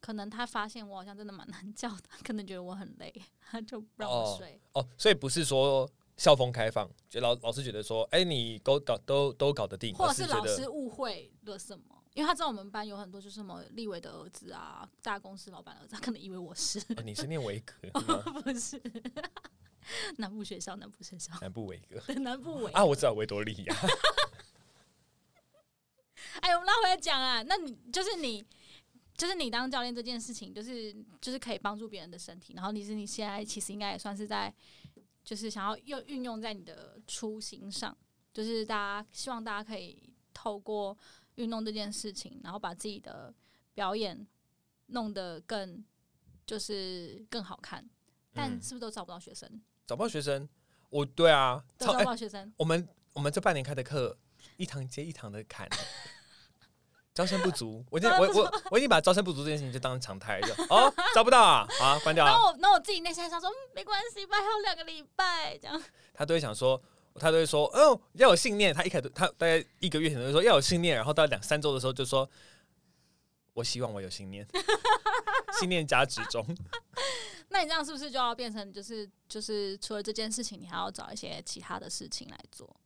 可能他发现我好像真的蛮难 叫的，可能觉得我很累，他就不让我
哦
睡。
哦，所以不是说校风开放，就老老师觉得说，哎、你都搞都都搞得定，
或者
而
是
是
老
觉
师
得
误会了什么？因为他知道我们班有很多就是什么立委的儿子啊，大公司老板的儿子，他可能以为我是
哦你是念维格吗？
不是 南部学校，南部学校
南部维格
对南部委。
啊，我知道维多利亚，
哎，我们拉回来讲啊，那你就是你，就是你当教练这件事情，就是就是可以帮助别人的身体，然后你是你现在其实应该也算是在，就是想要用运用在你的出行上，就是大家希望大家可以透过运动这件事情，然后把自己的表演弄得更就是更好看，但
嗯
是不是都找不到学生？
找不到啊学生，我对啊，
都
超
找
哎、
不到学生，
我们我们这半年开的课，一堂接一堂的砍。招生不足，我已经我我我已经把招生不足这件事情就当成常态了。哦，找不到啊，好啊，关掉
然
啊。
后我那我自己内心还想说，嗯没关系吧，还有两个礼拜这样。
他都会想说，他都会说，哦，要有信念。他一开始，他大概一个月前都会说要有信念，然后到两三周的时候就说，我希望我有信念， 信念价值中。
那你这样是不是就要变成就是就是除了这件事情，你还要找一些其他的事情来做，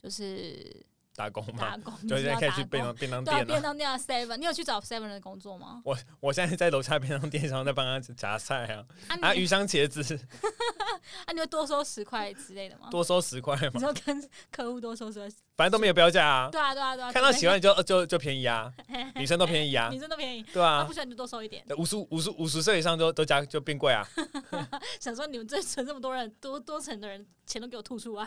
就是
打工嘛
打，工，
嗯就现
你是
在
要
可以去
打
便
工
当便当
对啊，
店
便
了、
当店啊，seven，你有去找 seven 的工作吗？
我我现在在楼下便当店，然后在帮他夹菜啊，
啊你，
啊，鱼香茄子
啊，你会多收十块之类的吗？
多收十块
你
嘛，
说跟客户多收十块，
反正都没有标价啊，
对啊，对啊，对啊，
看到喜欢你就就就便宜 啊，女生都便宜啊
女，生都便宜，
对
啊，
啊
不，喜欢你就多收一点。
五十五五十五十岁以上都都加就变贵啊，
想说你们这存这么多人，多多层的人钱都给我吐出来，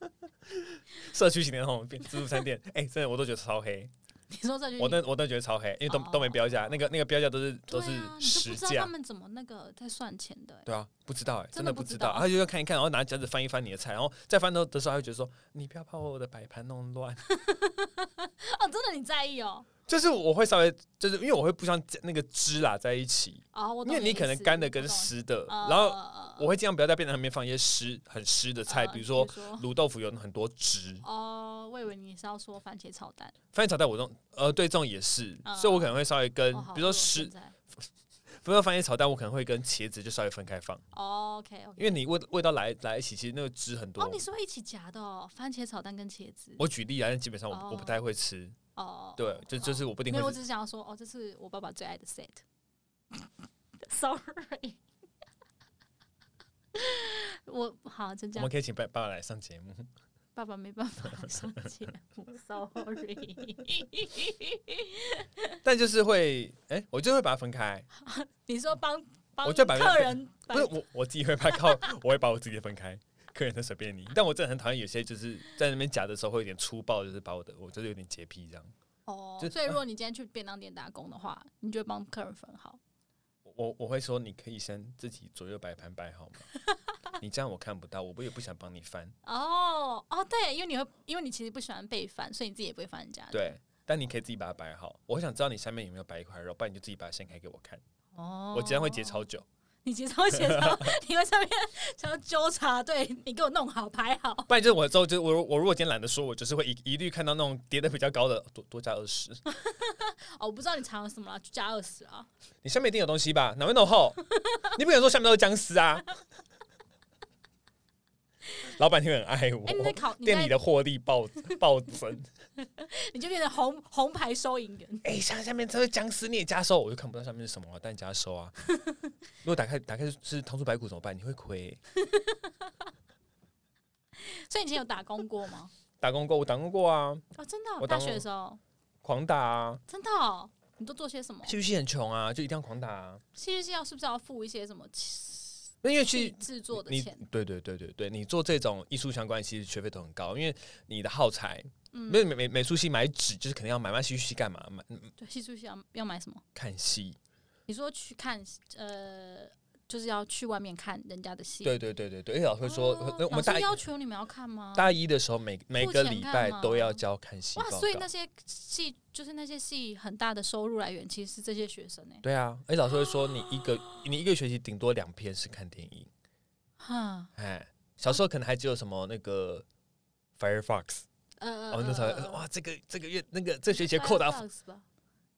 社区型的那种便自助餐店，哎、真的我都觉得超黑。
你说这句，
我那我那觉得超黑，因为都
哦
都没标价，那个那个标价都是
对
都是
啊，你就
实
不知道他
价。
们怎么那个在算钱的、欸。
对啊，不知道哎、
真
真
的
的
不
不
知
知
道
道。然后就要看一看，然后拿夹子翻一翻你的菜，然后再翻到的时候，他会觉得说：“你不要把我的摆盘弄乱。
哦，真的你在意哦。”
就是我会稍微，就是因为我会不想那个汁啦在一起，
哦，我
因
懂呃
为
你
你可能干的跟湿的，
呃
然后
后
我会尽量不要在便当里面放一些湿很湿
呃
的菜，比如说卤豆腐有很多汁，
哦，我以为你是要说番茄炒蛋，
番茄炒蛋我这种呃对这种也是，所以我可能会稍微跟
哦好
嗯比如说
饿现
湿，
在
比如说番茄炒蛋，我可能会跟茄子就稍微分开放，
哦，OK，
因为你味味道来来一起，其实那个汁很多
哦，。你是会一起夹的哦，番茄炒蛋跟茄子。
我举例啊，但基本上我
哦
我不太会吃，
哦，
对，就就是我不一定
没有，我
会
只是想要说，哦，这是我爸爸最爱的 set。Sorry，我好就
我
这样
们，可以请爸爸爸来上节目，
爸爸没办法来上节目，Sorry。
但就是会，哎，我就会把它分开，
你 说帮帮
我就把
客人
不是我我自己会把靠， 我会把我自己分开，客人的随便你。但我真的很讨厌有些就是在那边夹的时候会有点粗暴，就是把我的我就是有点洁癖这样。
哦，
就啊
所以如果你今天去便当店打工的话，你就会帮客人分好。
我我会说，你可以先自己左右摆盘摆 好吗？你这样我看不到，我不也不想帮你翻。
哦哦，对，因为你会，因为你其实不喜欢被翻，所以你自己也不会翻人家的。
对，但你可以自己把它摆好。我想知道你下面有没有摆一块肉，不然你就自己把它掀开给我看。
哦，
我这样会截，超久，
你节操节操， 你会上面想要纠察队，你给我弄好排好。
不然就是我之后就我如我如果今天懒得说，我就是会一一律看到那种叠的比较高的多多加二十。
哦，我不知道你藏了什么啦，就加二十啊。
你下面一定有东西吧？哪会那么厚？你不可能说下面都是僵尸 啊！老板会很爱我
哎、，你在考，你
店里
在
的获利暴暴增。
你就变成红红牌收银员。
哎、像下面这个僵尸你也加收，我就看不到上面是什么了，但加 收啊。如果打开打开是是糖醋排骨怎么办？你会亏、
所以你以前有打工过吗？
打工过，我打工过啊，
哦，真的哦、
我
大
打工
学的时候，
狂打啊，
真的、哦，你都做些什么？
戏剧系很穷啊，就一定要狂打啊。
戏剧系要是不是要付一些什么
那因为
去
去
制作的
你
钱？
对对对对对，你做这种艺术相关，其实学费都很高，因为你的耗材，
嗯
没有美美美术系买纸就是肯定要买，买戏剧系干嘛？买嗯
对，戏剧系要要买什么？
看戏。
你说去看呃，就是要去外面看人家的戏。
对对对对对，而且老师会说，
哦
呃我们
老
大
师
一
要求你们要看吗？
大一的时候每每个
付钱
礼
干
拜
嘛
都要交看戏报
哇，
告。
所以那些戏就是那些戏很大的收入来源，其实是这些学生呢、欸
对啊，而且老师会说你一个
哦
你一个学期顶多两篇是看电影，
哈，
哎，小时候可能还只有什么那个
嗯
Firefox，
呃，
哦，那时候
呃
哇，这个这个月那个这学期扣打
Firefox 吧？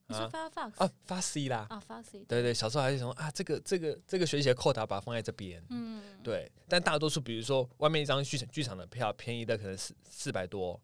你说
啊
Firefox
啊发 C 啦，
啊 f o x
对对，小时候还是想说啊，这个这个这个学期的扣打把它放在这边，
嗯，
对，但大多数比如说外面一张剧场剧场的票便宜的可能四四百多。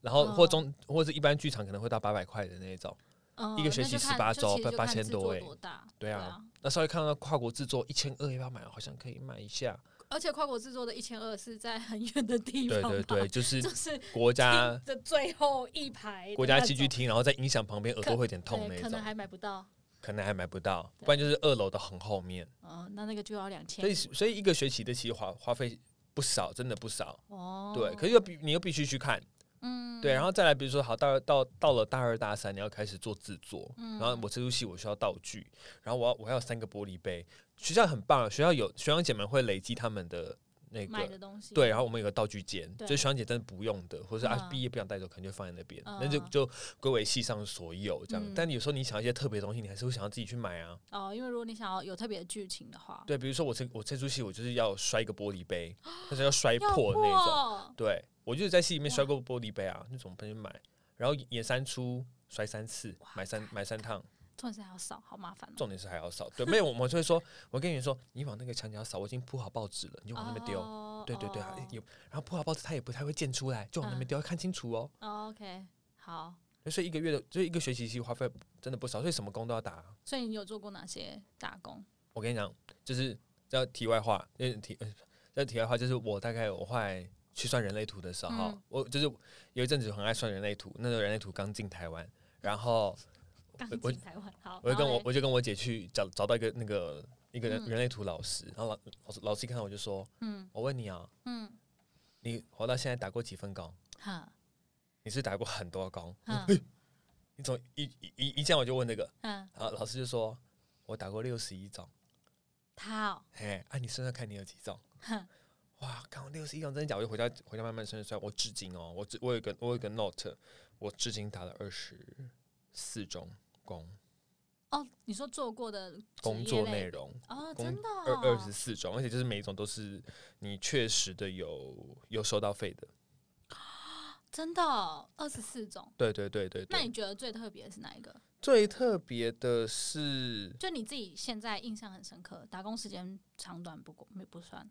然后或
哦
中或者一般剧场可能会到八百块的那一种，
嗯
一个学
那
期
就看
18
就
周
其实就
八
看
千
制
多
作
欸
多大？
对啊，那稍微看到跨国制作一千二要不要买？好像可以买一下。
而且跨国制作的一千二是在很远的地
对
方，
对对，，就是
就是
国家
厅的最后一排 的
国家
那
戏剧
种
厅，然后在音响旁边耳朵会有点痛那
对，
一
可能
种，
还买不到。
可能还买不到，
对
不然就是二楼的很后面。
嗯，那那个就要两千
所以所以一个学期的其实花花费不少，真的不少。
哦。
对，可是又必你又必须去看，
嗯，
对，然
后
后再来，比如说好到到到了大二大三，你要开始做制作，
嗯
然后我这出戏我需要道具，然后我要我还有三个玻璃杯。学校很棒，啊学校有学长姐们会累积他们的那
买
个
的东西，
对，然后我们有个道具间，
对
就是学长姐真的不用的，或者是啊
嗯
毕业不想带走，可能就放在那边，
嗯
那就就归为系上所有这样。
嗯
但有时候你想要一些特别的东西，你还是会想要自己去买啊。
哦，因为如果你想要有特别的剧情的话，
对，比如说我这我这出戏，我就是要摔一个玻璃杯，但是要摔
哦要
破的那种。
破
对，我就是在戏里面摔
哇
过玻璃杯啊，那种朋友买，然后演三出摔三次，买三买三趟，
重点是还要少，好麻烦哦。
重点是还要扫。对，没有我们就会说，我跟你说，你往那个墙角扫，我已经铺好报纸了，你就往那边丢。
哦
对对对，啊
哦
有，然后铺好报纸，它也不太会溅出来，就往那边
啊
丢，要看清楚哦。
哦 OK，好，
所以一个月的，所以一个学期其实花费真的不少，所以什么工都要打。啊
所以你有做过哪些打工？
我跟你讲，就是要题外话，呃，题呃要题外话，就是我大概我后来去算人类图的时候，
嗯
我就是有一阵子很爱算人类图，那时候人类图刚进台湾，然后
刚
我
进台湾，好，
我就
然后
跟我
嘞
我就跟我姐去找找到一个那个一个人
哦嗯
人类图老师，然后老老师老师一看到我就说，
嗯
我问你啊，
嗯，
你活到现在打过几份工？
哈
你是打过很多工，
哈，
你从一一一一见我就问那个，
嗯，
然后老师就说，我打过六十一仗，
他哦，
嘿，啊，你算算看你有几仗？
哼，
哇，刚六十一仗真的假的？我就回家回家慢慢算算，我至今哦，我至我有一个我有一个 note，我至今打了二十四种工
哦，你说做过的职
工
业
作
类
内容，
哦，
工
真的
二
哦，
二十四种，而且就是每一种都是你确实的有有收到费的。
真的哦，二十四种。
对对对对
那
对
你。觉得最特别的是哪一个？
最特别的是，
就你自己现在印象很深刻，打工时间长短不过不算。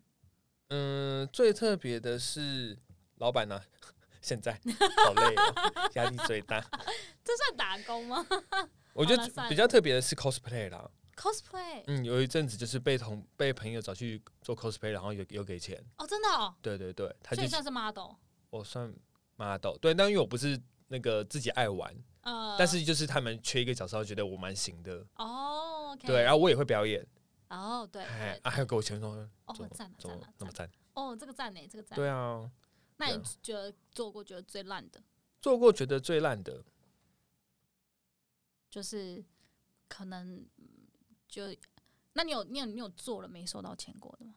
嗯，最特别的是老板呢、 现在好累、哦，压力最大。
这算打工吗
我觉
好了
得
算
比较特别的是 cosplay 啦，
？cosplay
嗯，有一阵子就是被同被朋友找去做 cosplay，然后有有给钱，
哦，真的哦，
对对对，他
所
就
以
是
算是 model。
我算 model，对，但因为我不是那个自己爱玩，
呃，
但是就是他们缺一个角色，我觉得我蛮行的，
哦，OK，
对，然后我也会表演，
哦，对，
哎
对，
啊，还有给我钱说
哦，
怎
赞了，
怎
赞了
么，那么
赞
赞，
了哦，这个赞呢，这个赞。
对啊，
那你
对
觉得做过觉得最烂的，
做过觉得最烂的，
就是可能嗯就，那你有你有你有做了没收到钱过的吗？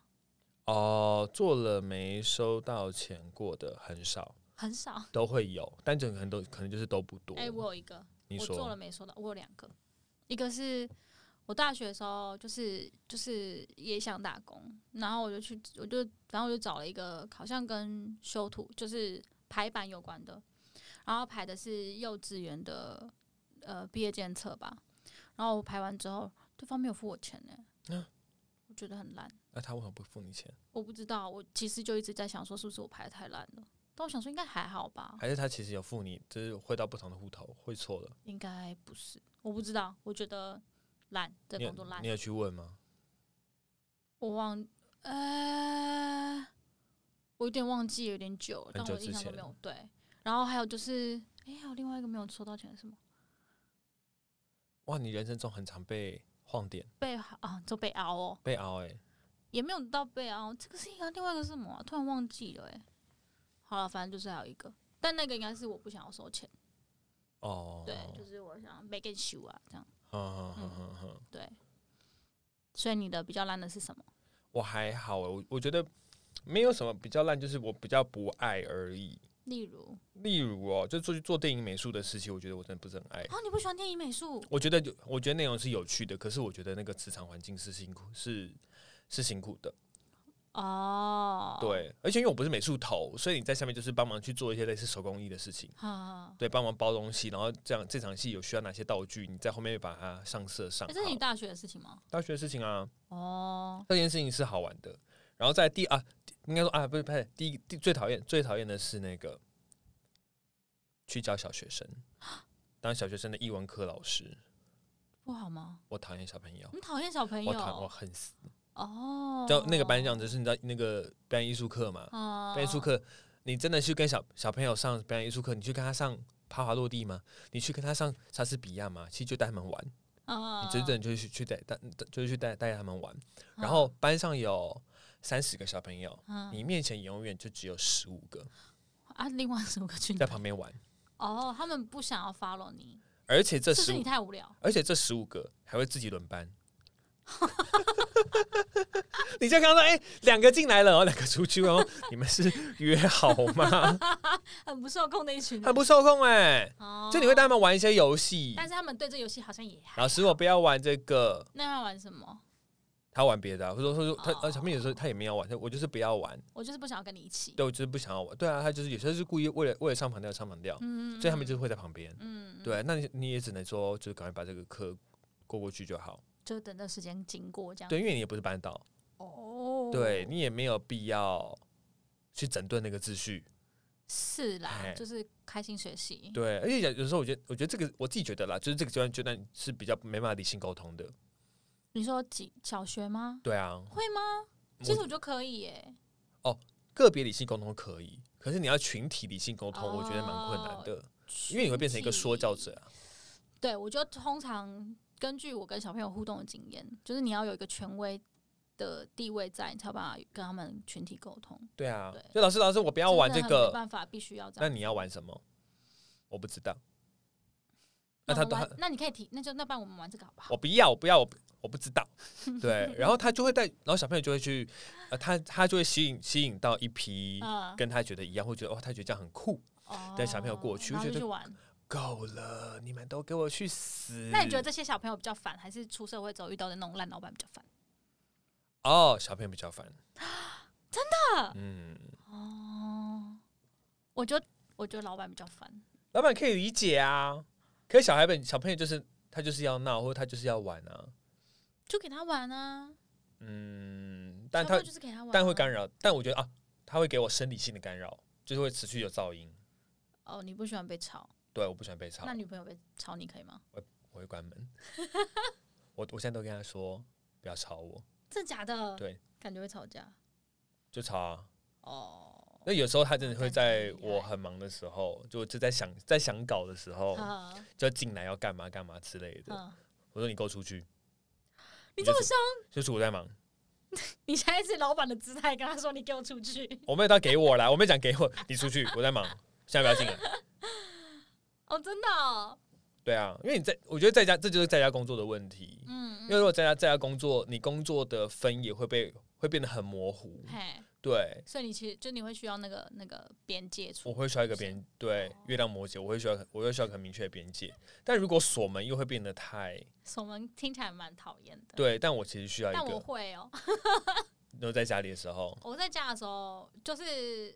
哦，做了没收到钱过的很少，
很少。
都会有，但这可能都可能就是都不多。
哎，我有一个，
你
我
说
做了没收到，我有两个，一个是我大学的时候，就是就是也想打工，然后我就去，我就然后我就找了一个好像跟修图就是排版有关的，然后排的是幼稚园的呃毕业检测吧，然后我排完之后，对方没有付我钱呢、
啊
我觉得很烂，
那他为什么不付你钱？
我不知道，我其实就一直在想说是不是我排的太烂了，但我想说应该还好吧，
还是他其实有付你，就是汇到不同的户头，汇错了？
应该不是，我不知道，我觉得烂，这
你
个
有
工作烂
你，有去问吗？
我忘，呃，我有点忘记，有点久了，
很
但
久
我印
之
象都
前
没有对。然后还有就是，哎、还有另外一个没有收到钱是什么？
哇，你人生中很常被晃点、
被啊，就被熬哦，
被熬哎、
也没有到被熬，这个是一个，另外一个是什么啊、突然忘记了、哎，好了，反正就是还有一个，但那个应该是我不想要收钱，
哦，
对，就是我想没给修啊，这样
嗯
嗯
嗯嗯嗯，
对。所以你的比较烂的是什么？
我还好、欸，我我觉得没有什么比较烂，就是我比较不爱而已。
例如，
例如哦，就做做电影美术的时期，我觉得我真的不是很爱。
哦，你不喜欢电影美术，
我觉得就我觉得内容是有趣的，可是我觉得那个职场环境是辛苦，是是辛苦的。
哦，，
对，而且因为我不是美术头，所以你在下面就是帮忙去做一些类似手工艺的事情，
哈，
对，帮忙包东西，然后这样这场戏有需要哪些道具，你在后面把它上色上
哎这是
好
你。大学的事情吗？
大学的事情啊，
哦，
这件事情是好玩的。然后在第啊，应该说啊，不是不是，第一第最讨厌最讨厌的是那个去教小学生，当小学生的艺文科老师，
不好吗？
我讨厌小朋友，
你讨厌小朋友
我讨我恨死。
哦，
就那个班长就是你知道那个表演艺术课嘛，
哦，
表演艺术课，你真的去跟小小朋友上表演艺术课，你去跟他上爬滑落地吗？你去跟他上莎士比亚吗？其实就带他们玩，
嗯，
你真正就是去去带带，就是去带带他们玩。
哦
然后班上有三十个小朋友，
嗯
你面前永远就只有十五个
啊，另外十五个群
在旁边玩，
哦，他们不想要 follow 你，
而且这
是
十
不是你
五，
太无聊？
而且这十五个还会自己轮班。 你就刚说，哎、两个进来了，哦，两个出去哦，你们 是约好吗？
很不受控的一群
很
人，
不受控哎、
哦
就你会带他们玩一些游戏。
但是他们对这游戏好像也还
老师，我不要玩这个，
那要玩什么？
他玩别的、啊，或者说他
哦
呃，小妹有时候他也没有玩，他我就是不要玩，
我就是不想要跟你一起，
对我就是不想要玩。对啊，他就是有些是故意为了为了上旁调上旁调，
嗯，
所以他们就是会在旁边。
嗯，嗯，
对啊，那你你也只能说，就是赶快把这个课过过去就好。
就等这时间经过这样，
对，因为你也不是班导，
哦，
对你也没有必要去整顿那个秩序。
是啦，
哎
就是开心学习，
对，而且有有时候我觉得，我觉得这个我自己觉得啦，就是这个阶段阶段是比较没办法理性沟通的。
你说几小学吗？
对啊，
会吗？其实我就可以耶，
个别理性沟通可以，可是你要群体理性沟通，我觉得蛮困难
哦
的，因为你会变成一个说教者啊。
对，我觉得通常根据我跟小朋友互动的经验，就是你要有一个权威的地位在，你才有办法跟他们群体沟通。
对啊
对，
就老师老师，我不要玩这
真的很没
个，
办法，必须要这
那
样。
你要玩什么？我不知道。那他
我们
他
玩那你可以提，那就那不然我们玩这个好不好
我？不要，我不要，我不 我不知道。对，然后他就会带，然后小朋友就会去，呃，他他就会吸引吸引到一批
嗯，
跟他觉得一样，会觉得哇，他觉得这样很酷。
哦
带小朋友过去
然后
觉
就
得
去玩。
够了，你们都给我去死！
那你觉得这些小朋友比较烦，还是出社会之后遇到的那种烂老板比较烦？
哦，小朋友比较烦，真
的
嗯，
哦，我觉得我觉得老板比较烦。
老板可以理解啊，可是小孩本小朋友就是他就是要闹，或者他就是要玩啊，
就给他玩啊，
嗯，但
小
他
朋友就是给他玩、啊，
但会干扰，但我觉得啊，他会给我生理性的干扰，就是会持续有噪音。
哦，你不喜欢被吵，
对，我不喜欢被吵
那，女朋友被吵你可以吗？
我会关门。 我我现在都跟他说不要吵我，
真的假的？
对，
感觉会吵架
就吵啊。
哦。
那有时候他真的会在
感觉很厉害
我很忙的时候，就就在想在想搞的时候，
啊，
就进来要干嘛干嘛之类的。
嗯
我说你给我出去，
你这么
就是
凶，
就是我在忙，
你现在是老板的姿态跟他说你给我出去，
我没有到给我啦，我没有讲给我， 你出去，我在忙，现在不要进来。
哦，真的哦、
对啊，因为你在，我觉得在家这就是在家工作的问题。
嗯，
因为如果在家在家工作，你工作的分也会被会变得很模糊
嗯。嘿，
对，
所以你其实就你会需要那个那个边界处
我，会需要一个边对月亮摩羯，我会需要我会需要一个很明确的边界。但如果锁门又会变得太
守门听起来蛮讨厌的，
对，但我其实需要一
但我
个。
会哦，
然后在家里的时候，
我在家的时候，就是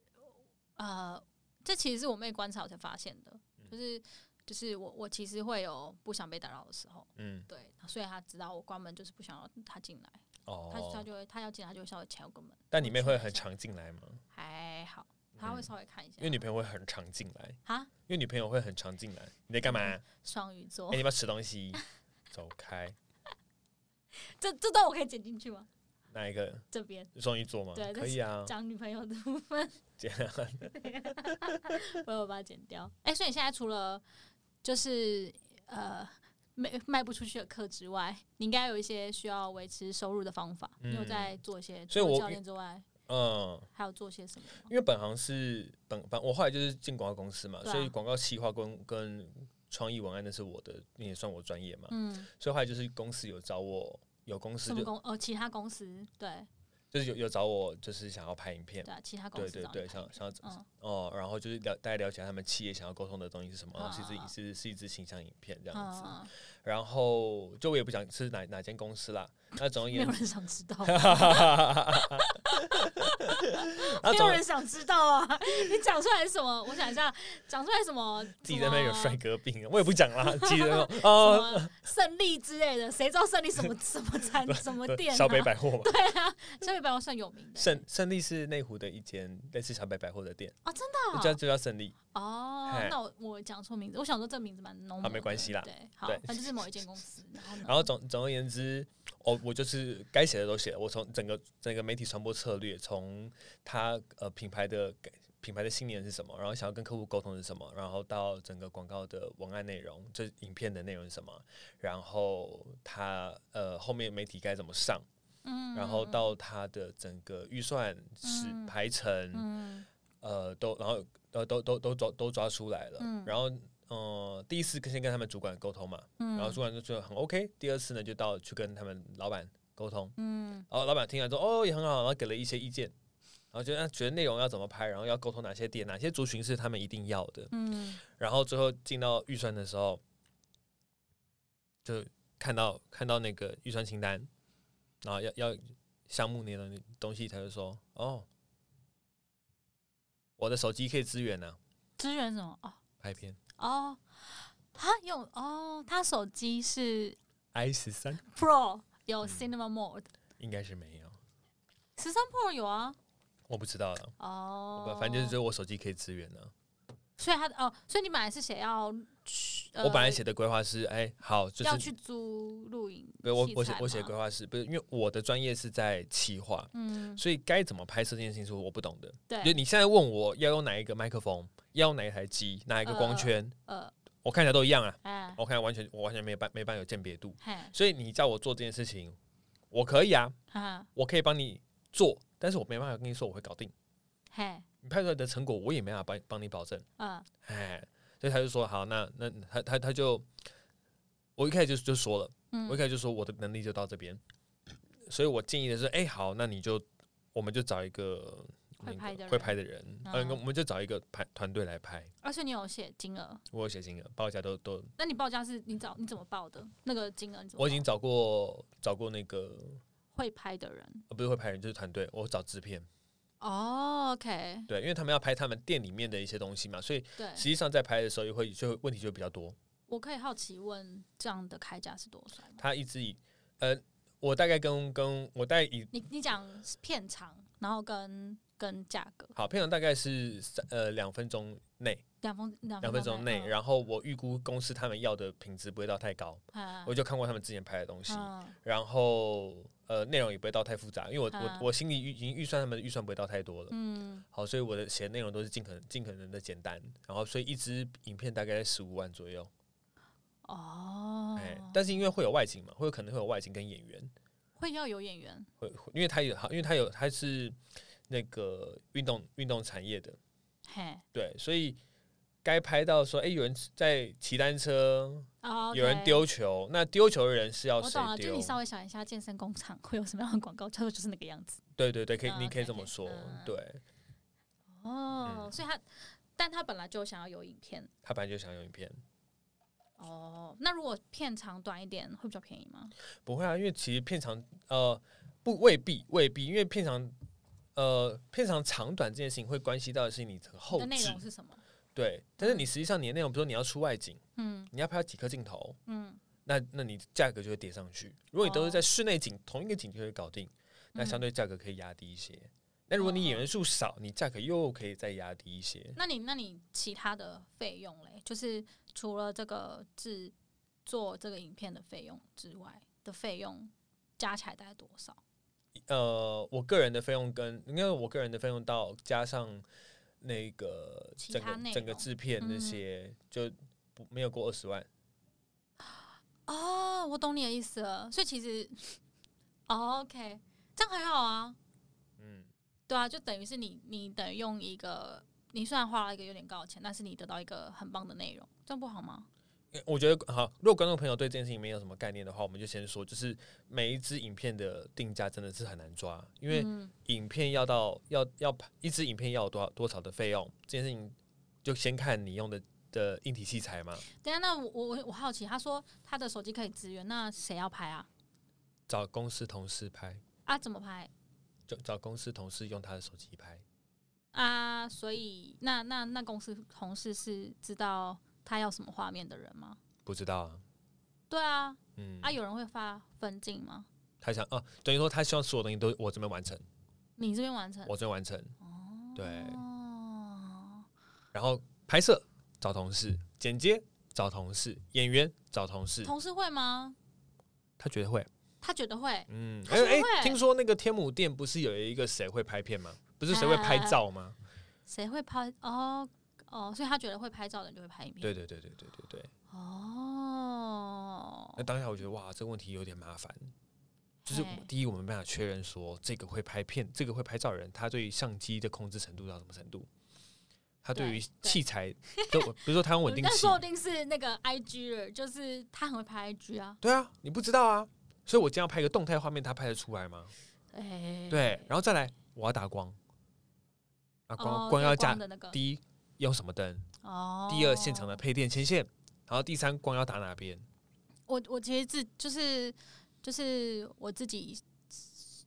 呃，这其实是我妹观察我才发现的，就是就是我我其实会有不想被打扰的时候，
嗯，
对，所以她知道我关门就是不想要她进来，她她
哦，
就会她要进来她就会稍微敲个门，
但你妹
我确认
会
一
很
下
常进来吗？
啊还好，她会
嗯
稍微看一下，
因为女朋友会很常进来，
啊
因为女朋友会很常进来。你在干嘛？
嗯
哎、
双鱼座，
你要不要吃东西？ 走开，
这这段我可以剪进去吗？
那一个
这边
双鱼座吗
对？
可以啊，
讲女朋友的部分，
这样
我有把它剪掉。哎、所以你现在除了就是呃卖卖不出去的课之外，你应该有一些需要维持收入的方法。你有
嗯
在做一些除
所以
了
我啊
教练之外，
嗯。
还有做些什么吗？
因为本行是本本，我后来就是进广告公司嘛，
对啊
所以广告企划跟跟创意文案那是我的，也算我专业嘛。
嗯，
所以后来就是公司有找我，有公司
什么
就
公呃其他公司对
就是有有找我，就是想要拍影片
对，啊，其他公
对
司
对
找你
对，
拍
想想要
嗯
哦，然后就是了大家了解他们企业想要沟通的东西是什么，
啊
然后是一支是是一支形象影片这样子。
嗯，
然后就我也不讲是哪哪间公司啦，那总而
没
言
有
之，
人想知 道，
那
没有
总
人想知道啊！ 你讲出来什么？我想一下，讲出来什么？
自己在那边有
什么
帅哥病，啊我也不讲 啦，自己在那边
啊什
哦，
么胜利之类的，谁知道胜 利什么什么餐什么店、啊？
小北百货嘛。
对啊，小北百货算有名的
胜胜利是内湖的一间类似小北百货的店，
哦，真
就
的
叫
哦
就叫胜利。
哦
嘿
那我我讲错名字，我想说这名字蛮浓，
好啊没关系啦
对，好，
对
反正就是某一间公司，然后呢
然后总总而言之，哦，我就是该写的都写了。我从整个整个媒体传播策略，从它呃品牌的品牌的信念是什么，然后想要跟客户沟通是什么，然后到整个广告的文案内容，这影片的内容是什么，然后它呃后面媒体该怎么上，
嗯
然后到它的整个预算是
嗯
排程，
嗯
呃，都然后呃都都都抓都抓出来了，
嗯
然后呃第一次先跟他们主管沟通嘛，
嗯，
然后主管就觉得很 OK，第二次呢就到去跟他们老板沟通，
嗯
然后老板听完之后哦也很好，然后给了一些意见，然后觉得啊觉得内容要怎么拍，然后要沟通哪些点，哪些族群是他们一定要的，
嗯
然后最后进到预算的时候，就看到看到那个预算清单，然后要要项目那种东西，他就说哦，我的手机可以支援呢、啊
支援什么？哦
拍片
哦，他用哦，他手机是
i 十三
Pro 有
嗯
Cinema Mode，
应该是没有，
十三 Pro 有啊，
我不知道了，
哦，
反正就是我手机可以支援啊呢、
所以他哦，所以你本来是写要去，呃
我本来写的规划是，哎、好，就
要
是
去租露营器材
对
吗，
我我写我写的规划是，不是因为我的专业是在企划，
嗯，
所以该怎么拍摄这件事情是我不懂的。就
对，
你现在问我要用哪一个麦克风，要用哪一台机，哪一个光圈，
呃，
我看起来都一样啊。
哎，
我看完全我完全没办没办法有鉴别度，
嘿，
所以你叫我做这件事情，我可以啊，
啊，
我可以帮你做，但是我没办法跟你说我会搞定，
嘿，
你拍出来的成果我也没办法帮帮你保证。
嗯
哎，所以他就说好，那那他他他就我一开始就就说了，
嗯
我一开始就说我的能力就到这边，所以我建议的是，哎、好，那你就我们就找一个那
会拍
个
的
会
人
拍的人，嗯、
嗯
我们就找一个拍团队来拍。
而啊且你有写金额，
我有写金
嗯
额，报价都都，
那你报价是你找你怎么报的？那个金额你怎么报？
我已经找过找过那个
会拍的人
呃不是会拍人，就是团队，我找制片，
嗯哦，OK，
对，因为他们要拍他们店里面的一些东西嘛，所以
对嗯
实，际上在拍的时候也会就会问题就会比较多。
我可以好奇问这样的开价是多少吗？
他一直以呃，我大概跟跟我大概以
你你讲片长，然后跟跟价格，
好片长大概是三呃两分钟内，
两分嗯两
两分钟内，
后
然后我预估公司他们要的品质不会到太高，我就看过他们之前拍的东西，
嗯
然后呃内容也不会到太复杂，因为我我
嗯
我心里预已经预算他们的预算不会到太多了，
嗯，
好，所以我的写的内容都是尽可能尽可能的简单，然后所以一支影片大概在十五万左右，
哦，
哎、但是因为会有外景嘛，会有可能会有外景跟演员，
会要有演员
会会因为他有因为他有他是那个运动运动产业的，
嘿，
对，所以该拍到说，哎、有人在骑单车，
哦，
有人
OK。
丢球，那丢球的人是要
我
谁
懂了，就
丢
你？稍微想一下，健身工厂会有什么样的广告，差不多就是那个样子。
对对对，可以，
嗯
你可以这
OK，
么说
嗯。
对
哦，
嗯
所以他，但他本来就想要有影片。
他本来就想用影片，
哦，那如果片长短一点，会比较便宜吗？
不会啊，因为其实片长呃不未必未必，因为片长呃片长长短这件事情会关系到的是你的
你
后
的内
置
容，嗯是什么？
对。但是你实际上你的内容，比如说你要出外景，
嗯
你要拍几颗镜头，
嗯，
那那你价格就会叠上去。如果你都
哦
是在室内景，同一个景就会搞定，那相
嗯
对价格可以压低一些。那如果你演员数少，你价格又可以再压低一些。
那你那你其他的费用嘞，就是除了这个制作这个影片的费用之外的费用，加起来大概多少？
呃，我个人的费用跟应该我个人的费用到加上那个
其
整
他内
个整个
容
制片那
嗯
些，就不没有过二十万。
哦，我懂你的意思了。所以其实、哦、，OK，这样还好啊。
嗯，
对啊，就等于是你你等于用一个，你虽然花了一个有点高的钱，但是你得到一个很棒的内容，这样不好吗？
我觉得好。如果观众朋友对这件事情没有什么概念的话，我们就先说，就是每一支影片的定价真的是很难抓，因为
嗯
影片要到要要拍一支影片要有多少多少的费用，这件事情就先看你用的的硬体器材嘛，
等一下，那我我我我好奇，他说他的手机可以支援，那谁要拍啊？
找公司同事拍，
啊，怎么拍
就找公司同事用他的手机拍。
啊？所以那那那公司同事是知道他要什么画面的人吗？
不知道啊，
对啊，
嗯，
啊，有人会发分镜吗？
他想啊，等于说他希望所有东西都我这边完成，
你这边完成
我这边完成，
哦，
对
哦，
然后拍摄找同事，剪接找同事，演员找同事，
同事会吗？
他觉得会，
他觉得会，
嗯，
他
哎
觉得
哎、
会
听说那个天母店不是有一个谁会拍片吗？不是谁会拍
啊
照吗？
谁会拍？哦哦，所以他觉得会拍照的人就会拍影片。
对对对对对对对。
哦
那，当下我觉得哇，这个问题有点麻烦，就是我
嘿
第一我们没办法确认说这个会拍片、这个会拍照的人，他对于相机的控制程度到什么程度，他对
对
于
对
器材，就我比如说他用稳定
那
器
说，不定是那个 IG 了，就是他很会拍 IG 啊。
对啊，你不知道啊，所以我今天要拍一个动态画面，他拍得出来吗？
哎，
对，然后再来我要打光，啊光、
哦
光
对
要加
的那个，
第一用什么灯，
哦，
第二现场的。配电牵线，然后第三光要打哪边，
我我其实自就是就是我自己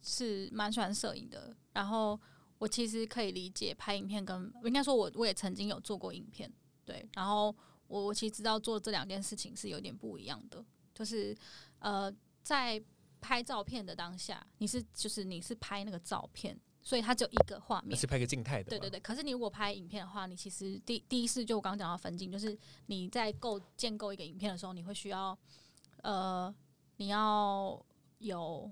是蛮喜欢摄影的，然后我其实可以理解拍影片跟应该说我我也曾经有做过影片，对，然后我我其实知道做这两件事情是有点不一样的，就是呃在拍照片的当下，你是就是你是拍那个照片，所以它只有一个画
那
面。
是拍个静态的，
对对，对，可是你如果拍影片的话，你其实第第一是就我刚刚讲到分镜，就是你在构建构一个影片的时候，你会需要呃，你要有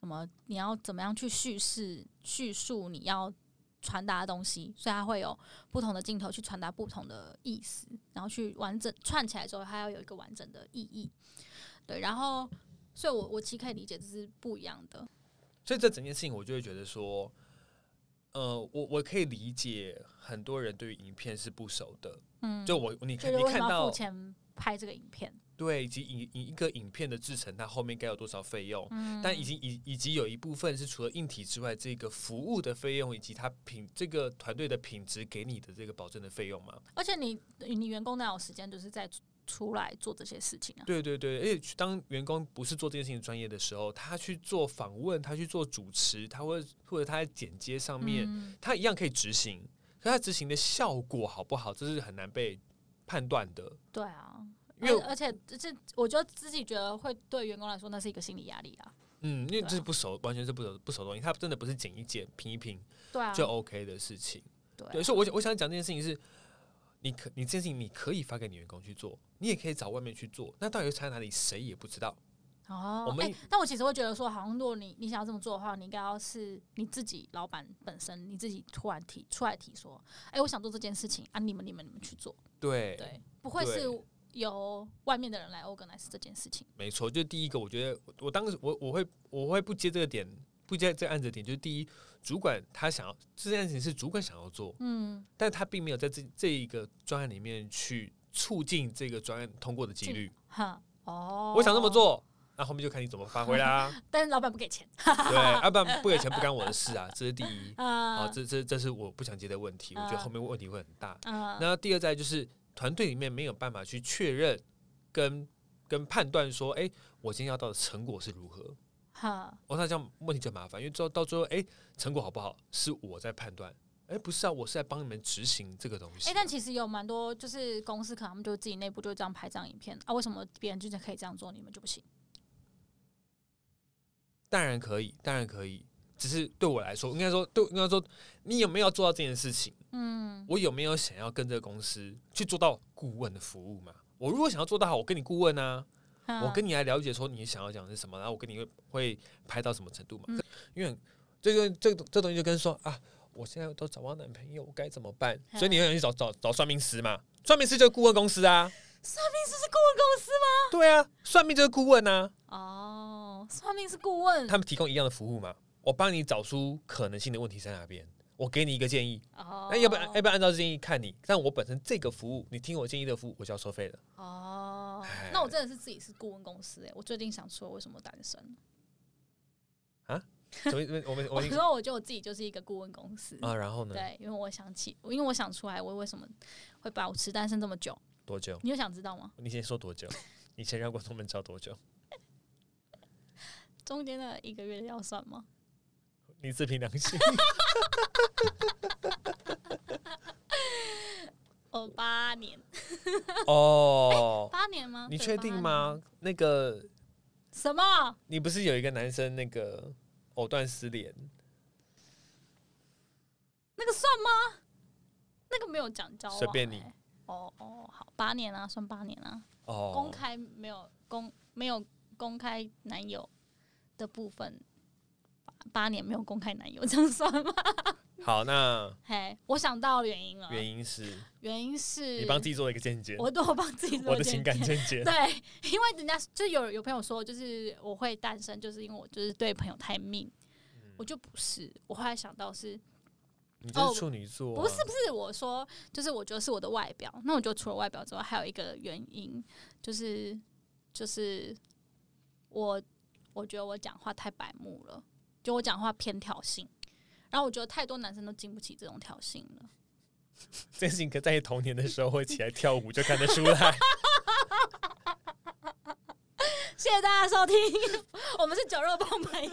什么？你要怎么样去叙事叙述你要传达的东西？所以它会有不同的镜头去传达不同的意思，然后去完整串起来之后，它要有一个完整的意义。对，然后所以我我其实可以理解这是不一样的。
所以这整件事情，我就会觉得说，呃，我我可以理解很多人对于影片是不熟的，
嗯，
就我你
就
看
是
你
为什
看
么要
到
付钱拍这个影片？
对，以及影影一个影片的制成，它后面该有多少费用？
嗯
但已经以以及有一部分是除了硬体之外，这个服务的费用以及它品这个团队的品质给你的这个保证的费用嘛？
而且你你员工哪有时间就是在出出来做这些事情啊？
对对对，而且去当员工不是做这件事情专业的时候，他去做访问，他去做主持，他会或者他在剪接上面，
嗯
他一样可以执行，可他执行的效果好不好，这是很难被判断的。
对啊，
因为
而而且这我觉得自己觉得会对员工来说那是一个心理压力啊。
嗯，因为
对啊
这是不熟，完全是不熟不熟的东西，它真的不是剪一剪、拼一拼
对啊，
就 OK 的事情。
对啊
对，所以我想我想讲这件事情是，你可你这件事情你可以发给你员工去做，你也可以找外面去做，那到底差在哪里，谁也不知道。
哦，
我们
哎但我其实会觉得说，好像如果你你想要这么做的话，你应该要是你自己老板本身，你自己突然提出来提说，哎、我想做这件事情啊，你们你们你们去做，
对，
对，不会
对
是由外面的人来 organize 这件事情。
没错，就第一个，我觉得我我当时我我会我会不接这个点，不接这个案子的点，就是第一，主管他想要这件事情是主管想要做，
嗯，
但他并没有在这这一个专案里面去促进这个专案通过的几
进
率。
哈，哦，
我想这么，做。那、后面就看你怎么发挥 啦，
但是老板不给钱
对，要、不然不给钱不干我的事啊，这是第一。
啊
啊，，这这这是我不想接的问题，我觉得
嗯
后面问题会很大。
嗯，
那第二在就是团队里面没有办法去确认跟跟判断说，哎、我今天要到的成果是如何。
哈，
我、哦、那这样问题就麻烦，因为到到最后，哎、成果好不好是我在判断，哎、不是啊，我是在帮你们执行这个东西。
哎、但其实有蛮多就是公司可能他们就自己内部就这样拍这样影片啊，为什么别人就是可以这样做，你们就不行？
当然可以，当然可以，只是对我来说，应该说对，应该说你有没有做到这件事情？
嗯，
我有没有想要跟这个公司去做到顾问的服务嘛？我如果想要做到好，我跟你顾问啊，我
嗯
跟你来了解说你想要讲的是什么，然后我跟你会会拍到什么程度嘛？
嗯
因为这个这个这东西就跟说啊，我现在都找不到男朋友，我该怎么办？
嗯
所以你会想去找找找算命师嘛？算命师就是顾问公司啊，
嗯这是顾问公司吗？
对啊，算命就是顾问啊，
哦，算命是顾问
他们提供一样的服务嘛。我帮你找出可能性的问题在哪边，我给你一个建议，
哦，
哎那要不然要不然按照建议看你，但我本身这个服务，你听我建议的服务，我就要收费了。
哦
哎，
那我真的是自己是顾问公司哎、我最近想说为什么单身，
所以我们我
我
们
说我觉得我自己就是一个顾问公司。
啊，然后呢？
对，因为我想起，因为我想出来，我为什么会保持单身这么久？
多久？
你有想知道吗？
你先说多久？你先让观众们知道多久？
中间的一个月要算吗？
你自凭良 心。
哦，八年，
哦，
八年吗？
你
对
确定？吗？那个，
八年什么？
你不是有一个男生那个藕断丝连？
那个算吗？那个没有讲交往、
随便你
欸。哦哦，好，八年啊，算八年啊。
哦，
公开没有公没有公开男友的部分，八八年没有公开男友，这样 算吗？
好，那
嘿，我想到原因了，
原因是
原因是
你帮自己做了一个见解，
我都有帮自己做
我的
见
情感
解哦
见 解。
对，因为人家就有有朋友说，就是我会单身，就是因为我就是对朋友太命，
嗯
我就不是。我后来想到是
你
哦
就是处女座啊，
不是不是，我说就是我觉得是我的外表。那我觉得除了外表之外，还有一个原因，就是就是我我觉得我讲话太白目了，就我讲话偏挑衅。然后我觉得太多男生都经不起这种挑衅了。
这件事情可在你童年的时候会起来跳舞，就看得出来。
谢谢大家收听，我们是酒肉朋友。